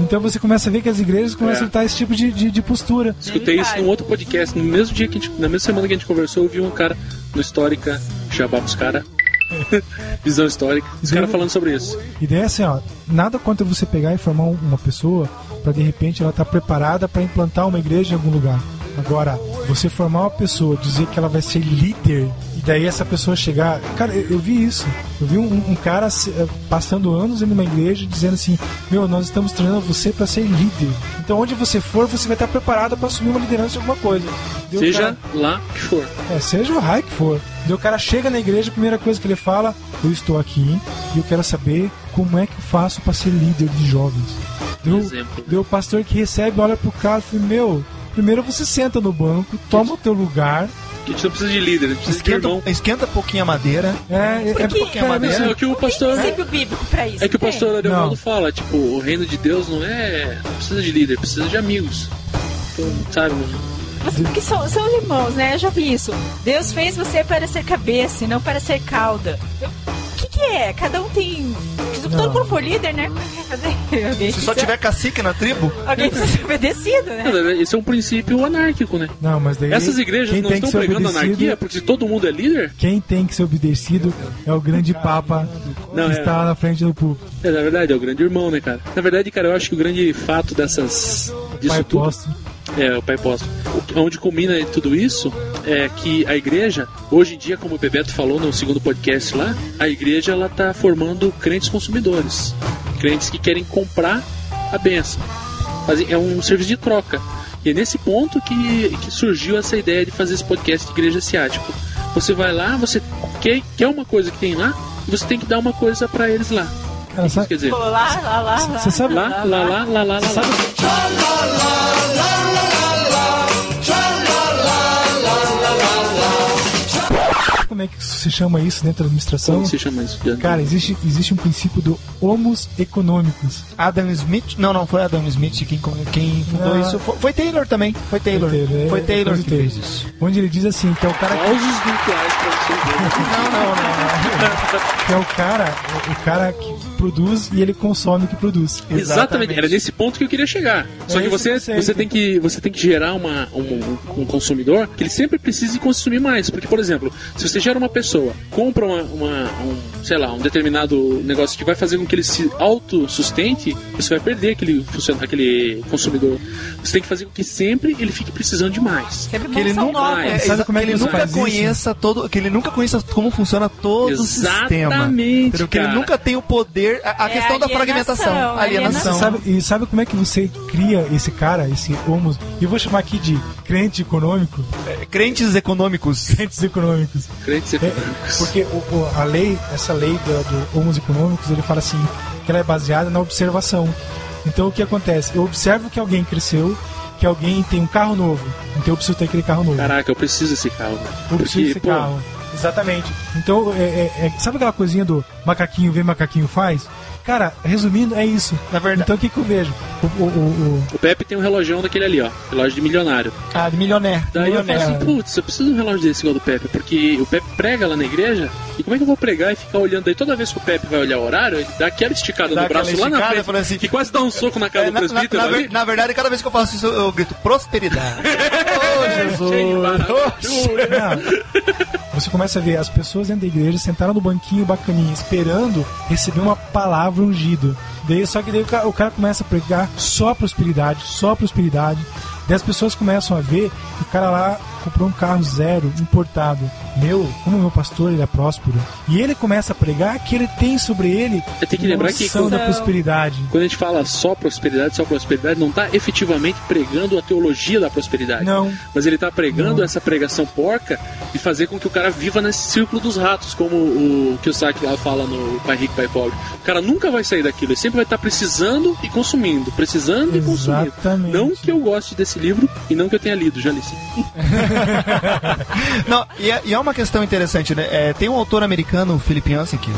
Speaker 9: Então você começa a ver que as igrejas começam a estar esse tipo de, de, de postura.
Speaker 1: Escutei isso num outro podcast, no mesmo dia que a gente, na mesma semana que a gente conversou, eu vi um cara no Histórica, jabá pros caras, visão histórica, os
Speaker 9: Deve-
Speaker 1: caras falando sobre isso.
Speaker 9: Ideia é assim, ó, nada contra você pegar e formar um- uma pessoa para de repente ela estar preparada para implantar uma igreja em algum lugar. Agora, você formar uma pessoa, dizer que ela vai ser líder e daí essa pessoa chegar, cara, eu, eu vi isso. Eu vi um, um cara se- eh, passando anos em uma igreja dizendo assim: "Meu, nós estamos treinando você para ser líder. Então onde você for, você vai estar preparado para assumir uma liderança de alguma coisa." Deu
Speaker 1: Seja lá que for.
Speaker 9: é, seja o raio que for. Daí o cara chega na igreja, a primeira coisa que ele fala: Eu estou aqui e eu quero saber como é que eu faço para ser líder de jovens. Deu, deu o pastor que recebe, olha pro cara e fala: Meu, primeiro você senta no banco, toma o teu lugar.
Speaker 1: A gente não precisa de líder, a gente precisa de
Speaker 8: Esquenta,
Speaker 1: irmão.
Speaker 8: esquenta um pouquinho a madeira.
Speaker 9: É,
Speaker 1: é porque- cara, mas é o que o pastor-
Speaker 2: princípio bíblico pra isso.
Speaker 1: É que o
Speaker 2: não tem?
Speaker 1: pastor Ariovaldo fala, tipo, o reino de Deus não é. não precisa de líder, precisa de amigos. Então, sabe?
Speaker 2: Mas porque são, são irmãos, né? Eu já vi isso. Deus fez você para ser cabeça e não para ser cauda. O que, que é? Cada um tem. Se
Speaker 8: Não.
Speaker 2: todo mundo for líder, né? Alguém
Speaker 8: Se só tiver cacique na tribo.
Speaker 2: Alguém precisa ser obedecido, né?
Speaker 1: Esse é um princípio anárquico, né?
Speaker 9: Não, mas daí.
Speaker 1: Essas igrejas
Speaker 9: quem
Speaker 1: não
Speaker 9: tem
Speaker 1: estão
Speaker 9: que ser
Speaker 1: pregando
Speaker 9: obedecido-
Speaker 1: anarquia porque todo mundo é líder?
Speaker 9: Quem tem que ser obedecido é o grande Papa
Speaker 1: Não,
Speaker 9: que
Speaker 1: é.
Speaker 9: está na frente do público.
Speaker 1: É, na verdade, é o grande irmão, né, cara? Na verdade, cara, eu acho que o grande fato dessas. disso
Speaker 9: Pai
Speaker 1: tudo.
Speaker 9: apóstolo.
Speaker 1: É, o pai posto. Onde combina tudo isso é que a igreja, hoje em dia, como o Bebeto falou no segundo podcast lá, a igreja ela tá formando crentes consumidores. Crentes que querem comprar a benção. Fazer- É um serviço de troca. E é nesse ponto que, que surgiu essa ideia de fazer esse podcast de Igreja Asiático. Você vai lá, você quer, quer uma coisa que tem lá, e você tem que dar uma coisa pra eles lá.
Speaker 9: Cara, sabe,
Speaker 1: Quer dizer,
Speaker 2: Pô, lá, lá, lá, lá.
Speaker 9: Você sabe-
Speaker 1: lá, lá, lá, lá, lá, lá.
Speaker 9: Como é que se chama isso dentro da administração?
Speaker 1: Como se chama isso?
Speaker 9: Cara, existe, existe um princípio do homus economicus.
Speaker 8: Adam Smith? Não, não foi Adam Smith quem, quem fundou
Speaker 9: Ah.
Speaker 8: isso. Foi, foi Taylor também. Foi Taylor. Foi Taylor,
Speaker 9: é,
Speaker 8: que
Speaker 9: coisa dele.
Speaker 8: fez isso.
Speaker 9: Onde ele diz assim, que é o cara que,
Speaker 1: Pausos virtuais pra você ver.
Speaker 9: que é o cara, o cara que produz e ele consome o que produz.
Speaker 1: Exatamente. era nesse ponto que eu queria chegar. Só
Speaker 9: É
Speaker 1: que
Speaker 9: esse
Speaker 1: você,
Speaker 9: conceito.
Speaker 1: você, tem que você tem que gerar uma, um, um consumidor que ele sempre precise consumir mais. Porque, por exemplo, se você gera uma pessoa, compra uma, uma- um, sei lá, um determinado negócio que vai fazer com que ele se autossustente, você vai perder aquele, funcion- aquele consumidor. Você tem que fazer com que sempre ele fique precisando de mais.
Speaker 8: Que ele nunca, é, exa- que ele nunca conheça todo, que ele nunca conheça como funciona todo o sistema.
Speaker 1: Exatamente,
Speaker 8: Entendeu? Que ele
Speaker 1: cara.
Speaker 8: nunca tem o poder, a, a
Speaker 2: É
Speaker 8: questão da
Speaker 2: alienação,
Speaker 8: fragmentação, alienação.
Speaker 9: Então, Você sabe- e sabe como é que você cria esse cara, esse homus? Eu vou chamar aqui de crente econômico.
Speaker 8: Crentes econômicos.
Speaker 9: Crentes econômicos.
Speaker 1: Crentes
Speaker 8: É,
Speaker 9: econômicos. porque o- o- a lei, essa lei do, do homus econômicos, ele fala assim, que ela é baseada na observação. Então o que acontece? Eu observo que alguém cresceu, que alguém tem um carro novo. Então eu preciso ter aquele carro novo.
Speaker 1: Caraca, tipo- eu preciso desse carro. velho.
Speaker 9: Eu preciso desse
Speaker 1: pô,
Speaker 9: carro. Exatamente. Então, é- é- é- sabe aquela coisinha do macaquinho vê, macaquinho faz? Cara, resumindo, é isso. Na verdade. Então, o que, que eu vejo? O, o, o- o-
Speaker 1: O Pepe tem um relógio daquele ali, ó. Relógio de milionário.
Speaker 8: Ah, de milionaire.
Speaker 1: Daí eu falo assim,
Speaker 8: Milionaire.
Speaker 1: putz, eu preciso de um relógio desse igual do Pepe, porque o Pepe prega lá na igreja, e como é que eu vou pregar e ficar olhando daí toda vez que o Pepe vai olhar o horário, ele dá aquela esticada
Speaker 8: Dá
Speaker 1: no braço
Speaker 8: aquela
Speaker 1: lá na
Speaker 8: esticada,
Speaker 1: frente,
Speaker 8: fala assim,
Speaker 1: que quase dá um soco na cara
Speaker 8: É,
Speaker 1: do
Speaker 8: na, na-
Speaker 1: presbítero assim.
Speaker 8: na ver-
Speaker 1: ali.
Speaker 8: na verdade, cada vez que eu faço isso, eu grito prosperidade. oh, Jesus!
Speaker 9: você começa a ver as pessoas dentro da igreja sentaram no banquinho bacaninha, esperando receber uma palavra ungida. Daí, só que daí o ca- o cara, começa a pregar só prosperidade, só prosperidade. Daí as pessoas começam a ver que o cara lá comprou um carro zero, importado. Meu, como meu pastor, ele é próspero. E ele começa a pregar que ele tem sobre ele
Speaker 1: Você tem que lembrar que é
Speaker 9: noção da prosperidade.
Speaker 1: quando a gente fala só prosperidade, só prosperidade, não tá efetivamente pregando a teologia da prosperidade.
Speaker 9: Não.
Speaker 1: Mas ele tá pregando essa pregação porca e fazer com que o cara viva nesse círculo dos ratos, como o que o Saki lá fala no Pai Rico, Pai Pobre. O cara nunca vai sair daquilo, ele sempre vai estar precisando e consumindo, precisando e consumindo. Não que eu goste desse livro e não que eu tenha lido, já li sim.
Speaker 8: Não, e é, e é uma questão interessante, né? É, tem um autor americano, Philip Yancey, que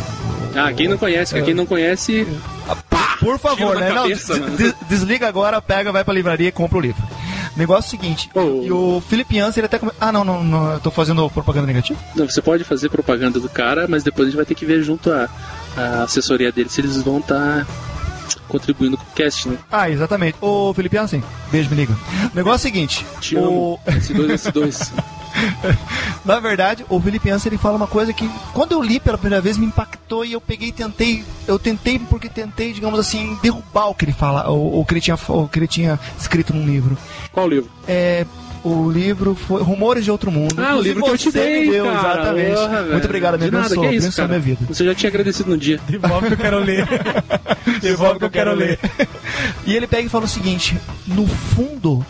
Speaker 1: Ah, quem não conhece, cara, quem não conhece.
Speaker 8: Por favor,
Speaker 14: Tiro na
Speaker 8: né? Não,
Speaker 14: cabeça,
Speaker 8: des-
Speaker 14: né?
Speaker 8: des- desliga agora, pega, vai pra livraria e compra o livro. Negócio é seguinte, e o Felipe Yance, ele até come... Ah, não, não, não, eu tô fazendo propaganda negativa?
Speaker 1: Não, você pode fazer propaganda do cara, mas depois a gente vai ter que ver junto a, a assessoria dele se eles vão estar contribuindo com o cast, né?
Speaker 8: Ah, exatamente. Ô, Felipe Yance, beijo, me liga. Negócio seguinte,
Speaker 1: Te
Speaker 8: o...
Speaker 1: amo. S2, S2.
Speaker 8: Na verdade, o Felipe Anser, ele fala uma coisa que quando eu li pela primeira vez me impactou e eu peguei e tentei, eu tentei porque tentei, digamos assim, derrubar o que ele fala, o, o que ele tinha, o que ele tinha escrito num livro.
Speaker 1: Qual livro?
Speaker 8: É o livro foi Rumores de Outro Mundo. um
Speaker 1: Ah, o livro que eu te
Speaker 8: Você me
Speaker 1: dei,
Speaker 8: deu,
Speaker 1: cara.
Speaker 8: exatamente.
Speaker 1: Porra,
Speaker 8: Muito
Speaker 1: velho.
Speaker 8: obrigado, me
Speaker 1: De nada,
Speaker 8: abençoou,
Speaker 1: que é isso,
Speaker 8: abençoou
Speaker 1: cara.
Speaker 8: minha vida.
Speaker 1: Você já tinha agradecido no dia.
Speaker 9: Devolve que eu quero ler. Devolve que eu quero ler.
Speaker 8: E ele pega e fala o seguinte: no fundo,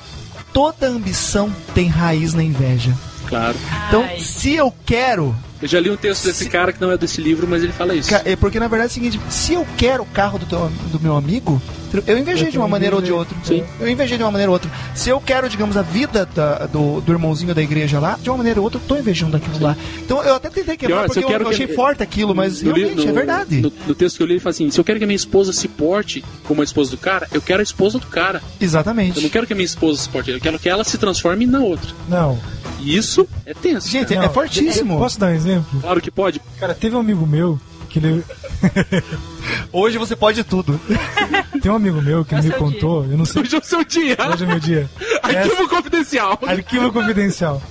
Speaker 8: toda ambição tem raiz na inveja.
Speaker 1: Claro.
Speaker 8: Então, se eu quero
Speaker 1: Eu já li um texto desse cara que não é desse livro, mas ele fala isso.
Speaker 8: Ca- é porque na verdade é o seguinte, se eu quero o carro do, teu- do meu amigo, eu invejei
Speaker 1: Eu
Speaker 8: de uma
Speaker 1: também
Speaker 8: maneira ou de
Speaker 1: invejei.
Speaker 8: outra. Eu invejei de uma maneira ou outra. Se eu quero, digamos, a vida da- do, do irmãozinho da igreja lá, de uma maneira ou outra, eu tô invejando aquilo lá. Então eu até tentei quebrar
Speaker 1: Pior, se
Speaker 8: porque eu, eu
Speaker 1: que-
Speaker 8: achei forte aquilo, mas
Speaker 1: no
Speaker 8: realmente
Speaker 1: livro-
Speaker 8: é verdade.
Speaker 1: No, no texto que eu li, ele fala assim: se eu quero que a minha esposa se porte como a esposa do cara, eu quero a esposa do cara.
Speaker 8: Exatamente.
Speaker 1: Eu não quero que a minha esposa se porte, eu quero que ela se transforme na outra.
Speaker 9: Não.
Speaker 1: E isso é tenso.
Speaker 9: Não,
Speaker 1: cara.
Speaker 9: eu Posso dar um exemplo?
Speaker 1: Claro que pode.
Speaker 9: Cara, teve um amigo meu que ele.
Speaker 8: Hoje você pode tudo.
Speaker 9: Tem um amigo meu que ele
Speaker 1: Hoje
Speaker 9: me
Speaker 1: é o dia.
Speaker 9: contou, eu não sei.
Speaker 1: Hoje é o seu dia.
Speaker 9: Hoje é meu dia.
Speaker 1: Arquivo confidencial.
Speaker 9: Arquivo confidencial.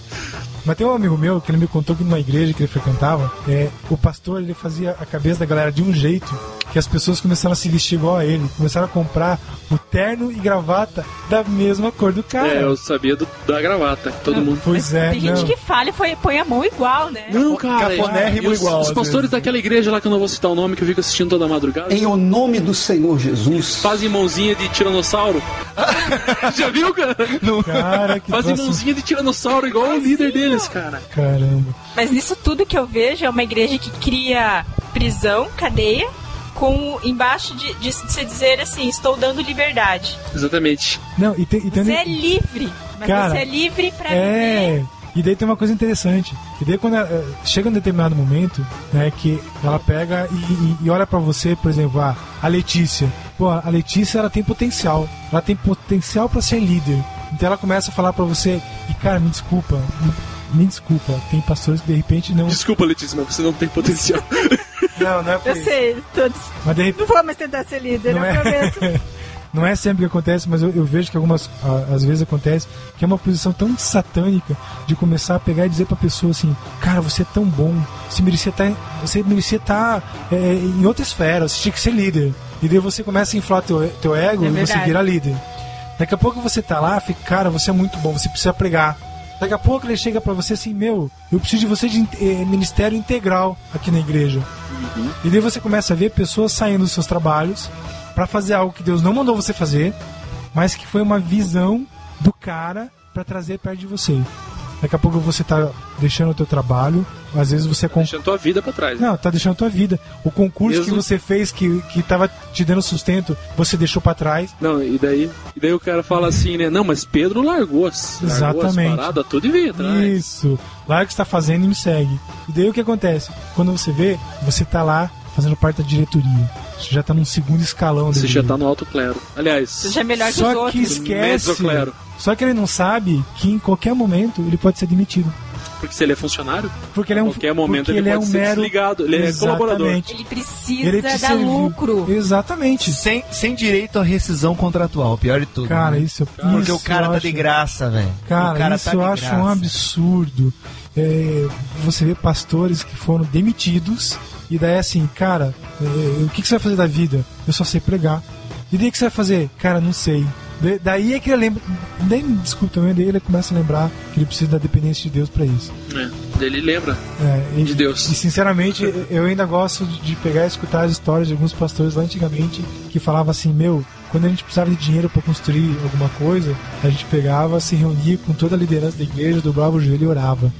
Speaker 9: Mas tem um amigo meu que ele me contou que numa igreja que ele frequentava, é, o pastor ele fazia a cabeça da galera de um jeito que as pessoas começaram a se vestir igual a ele, começaram a comprar o terno e gravata da mesma cor do cara.
Speaker 1: É, eu sabia do- da gravata, que todo mundo.
Speaker 9: Pois é,
Speaker 2: Tem gente
Speaker 9: não.
Speaker 2: que fala e foi- põe a mão igual, né?
Speaker 1: É Não, cara, é. e os, Os pastores daquela igreja lá que eu não vou citar o nome, que eu fico assistindo toda madrugada.
Speaker 15: Em o nome do Senhor Jesus.
Speaker 1: Fazem mãozinha de tiranossauro. Já viu, cara?
Speaker 9: Cara, que
Speaker 1: Fazem
Speaker 9: troço.
Speaker 1: mãozinha de tiranossauro, igual o líder deles, cara.
Speaker 9: Caramba.
Speaker 2: Mas nisso tudo que eu vejo é uma igreja que cria prisão, cadeia, com embaixo de, de se dizer assim, estou dando liberdade.
Speaker 1: Exatamente.
Speaker 9: Não, e tem, e tem
Speaker 2: Você é livre, mas
Speaker 9: Cara,
Speaker 2: você é livre pra viver.
Speaker 9: É. E daí tem uma coisa interessante. E daí quando ela, eh, chega um determinado momento, né, que ela pega e, e- e olha pra você, por exemplo, ah, a Letícia. Pô, a Letícia ela tem potencial. Ela tem potencial pra ser líder. Então ela começa a falar pra você, e cara, me desculpa. me- Me desculpa, tem pastores que de repente não.
Speaker 1: Desculpa, Letícia, mas você não tem potencial.
Speaker 9: Não, não é
Speaker 2: Eu sei, todos.
Speaker 9: Mas de repente.
Speaker 2: Não vou mais tentar ser líder, eu
Speaker 9: Não é?
Speaker 2: prometo.
Speaker 9: Não é sempre que acontece, mas eu, eu vejo que algumas a- às vezes acontece que é uma posição tão satânica de começar a pegar e dizer pra pessoa assim, cara, você é tão bom, você merecia estar, você merecia estar é, em outra esfera, você tinha que ser líder. E daí você começa a inflar teu, teu ego
Speaker 15: É
Speaker 9: e você
Speaker 15: verdade.
Speaker 9: vira líder. Daqui a pouco você tá lá, fica, cara, você é muito bom, você precisa pregar. Daqui a pouco ele chega pra você assim, meu, eu preciso de você de in- eh, ministério integral aqui na igreja. E daí você começa a ver pessoas saindo dos seus trabalhos pra fazer algo que Deus não mandou você fazer, mas que foi uma visão do cara pra trazer perto de você. Daqui a pouco você tá deixando o teu trabalho, às vezes você com...
Speaker 1: Deixando tua vida pra trás.
Speaker 9: Não, tá deixando a tua vida. O concurso
Speaker 1: Mesmo-
Speaker 9: que você fez que, que tava te dando sustento, você deixou pra trás.
Speaker 1: Não, e daí, e daí o cara fala assim, né? Não, mas Pedro largou as, largou as
Speaker 9: Exatamente.
Speaker 1: paradas, tudo e veio atrás.
Speaker 9: Isso. Larga o que você tá fazendo e me segue. E daí o que acontece? Quando você vê, você tá lá fazendo parte da diretoria. Você já tá num segundo escalão da
Speaker 1: Você já
Speaker 9: diretoria.
Speaker 1: tá no alto clero. Aliás,
Speaker 2: é
Speaker 9: Só que esquece.
Speaker 1: Mesoclero.
Speaker 9: Só que ele não sabe que em qualquer momento ele pode ser demitido.
Speaker 1: Porque se ele é funcionário,
Speaker 9: Porque ele é um-
Speaker 1: a qualquer momento
Speaker 9: porque
Speaker 1: ele,
Speaker 9: ele é
Speaker 1: pode
Speaker 9: um
Speaker 1: ser
Speaker 9: mero-
Speaker 1: desligado. Ele é
Speaker 9: Exatamente.
Speaker 1: colaborador.
Speaker 2: Ele precisa,
Speaker 9: Ele precisa
Speaker 2: dar
Speaker 9: vir.
Speaker 2: lucro.
Speaker 9: Exatamente.
Speaker 8: Sem, sem direito à rescisão contratual, pior de tudo.
Speaker 9: Cara,
Speaker 8: né?
Speaker 9: isso-
Speaker 8: Porque
Speaker 9: isso
Speaker 8: o cara
Speaker 9: eu
Speaker 8: tá
Speaker 9: acho-
Speaker 8: de graça, velho.
Speaker 9: Cara,
Speaker 8: o cara
Speaker 9: isso
Speaker 8: tá de
Speaker 9: eu acho
Speaker 8: graça.
Speaker 9: um absurdo. É, você vê pastores que foram demitidos e daí é assim, cara, é, o que, que você vai fazer da vida? Eu só sei pregar. E daí o que você vai fazer? Cara, não sei. Da- Daí é que ele lembra. Daí, desculpa também, daí ele começa a lembrar que ele precisa da dependência de Deus pra isso.
Speaker 1: É, daí ele lembra
Speaker 9: É, e-
Speaker 1: de Deus.
Speaker 9: E sinceramente, eu ainda gosto de de pegar e escutar as histórias de alguns pastores lá antigamente que falavam assim: meu, quando a gente precisava de dinheiro para construir alguma coisa, a gente pegava, se reunia com toda a liderança da igreja, dobrava o joelho e orava.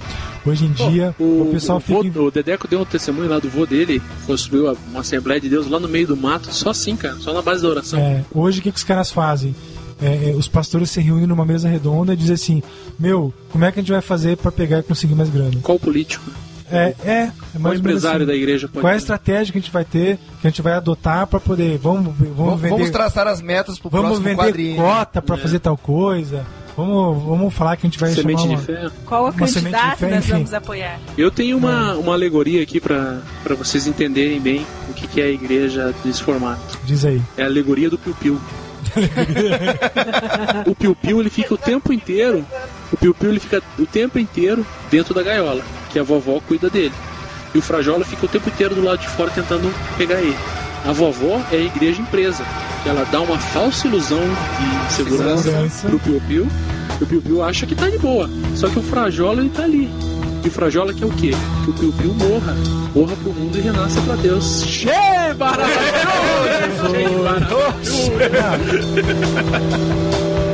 Speaker 9: Hoje em dia, o, pessoal
Speaker 1: o,
Speaker 9: fica.
Speaker 1: vô- o Dedeco deu um testemunho lá do vô dele, construiu a- uma Assembleia de Deus lá no meio do mato, só assim, cara, só na base da oração.
Speaker 9: É, hoje o que, que os caras fazem? É, é, os pastores se reúnem numa mesa redonda e dizem assim: meu, como é que a gente vai fazer para pegar e conseguir mais grana?
Speaker 1: Qual político?
Speaker 9: É, é. é
Speaker 1: o empresário da igreja pode
Speaker 9: Qual é a estratégia que a gente vai ter, que a gente vai adotar para poder. Vamos, vamos,
Speaker 8: Vamos,
Speaker 9: vender.
Speaker 8: vamos traçar as metas pro
Speaker 9: vamos
Speaker 8: próximo
Speaker 9: vender
Speaker 8: quadrinho. né?
Speaker 9: cota
Speaker 1: É.
Speaker 9: para fazer tal coisa. Vamos, vamos falar que a gente vai
Speaker 1: Semente de
Speaker 9: chamar uma-
Speaker 1: ferro.
Speaker 2: Qual a
Speaker 9: Uma semente de
Speaker 2: quantidade
Speaker 9: fé,
Speaker 2: nós
Speaker 9: enfim.
Speaker 2: vamos apoiar?
Speaker 1: Eu tenho
Speaker 9: É.
Speaker 1: uma, uma alegoria aqui para vocês entenderem bem o que, que é a igreja nesse formato.
Speaker 9: Diz aí.
Speaker 1: É a alegoria do piu-piu. o piu-piu ele fica o tempo inteiro, o piu-piu ele fica o tempo inteiro dentro da gaiola, que a vovó cuida dele. E o frajola fica o tempo inteiro do lado de fora tentando pegar ele. A vovó é a igreja empresa. que Ela dá uma falsa ilusão de segurança,
Speaker 9: Segurança.
Speaker 1: pro piu-piu. E O piu-piu acha que tá de boa, só que o frajola ele tá ali. E o frajola quer o quê? Que o piu-piu morra. Morra pro mundo e renasça pra Deus. Che, baralho! Che, baralho!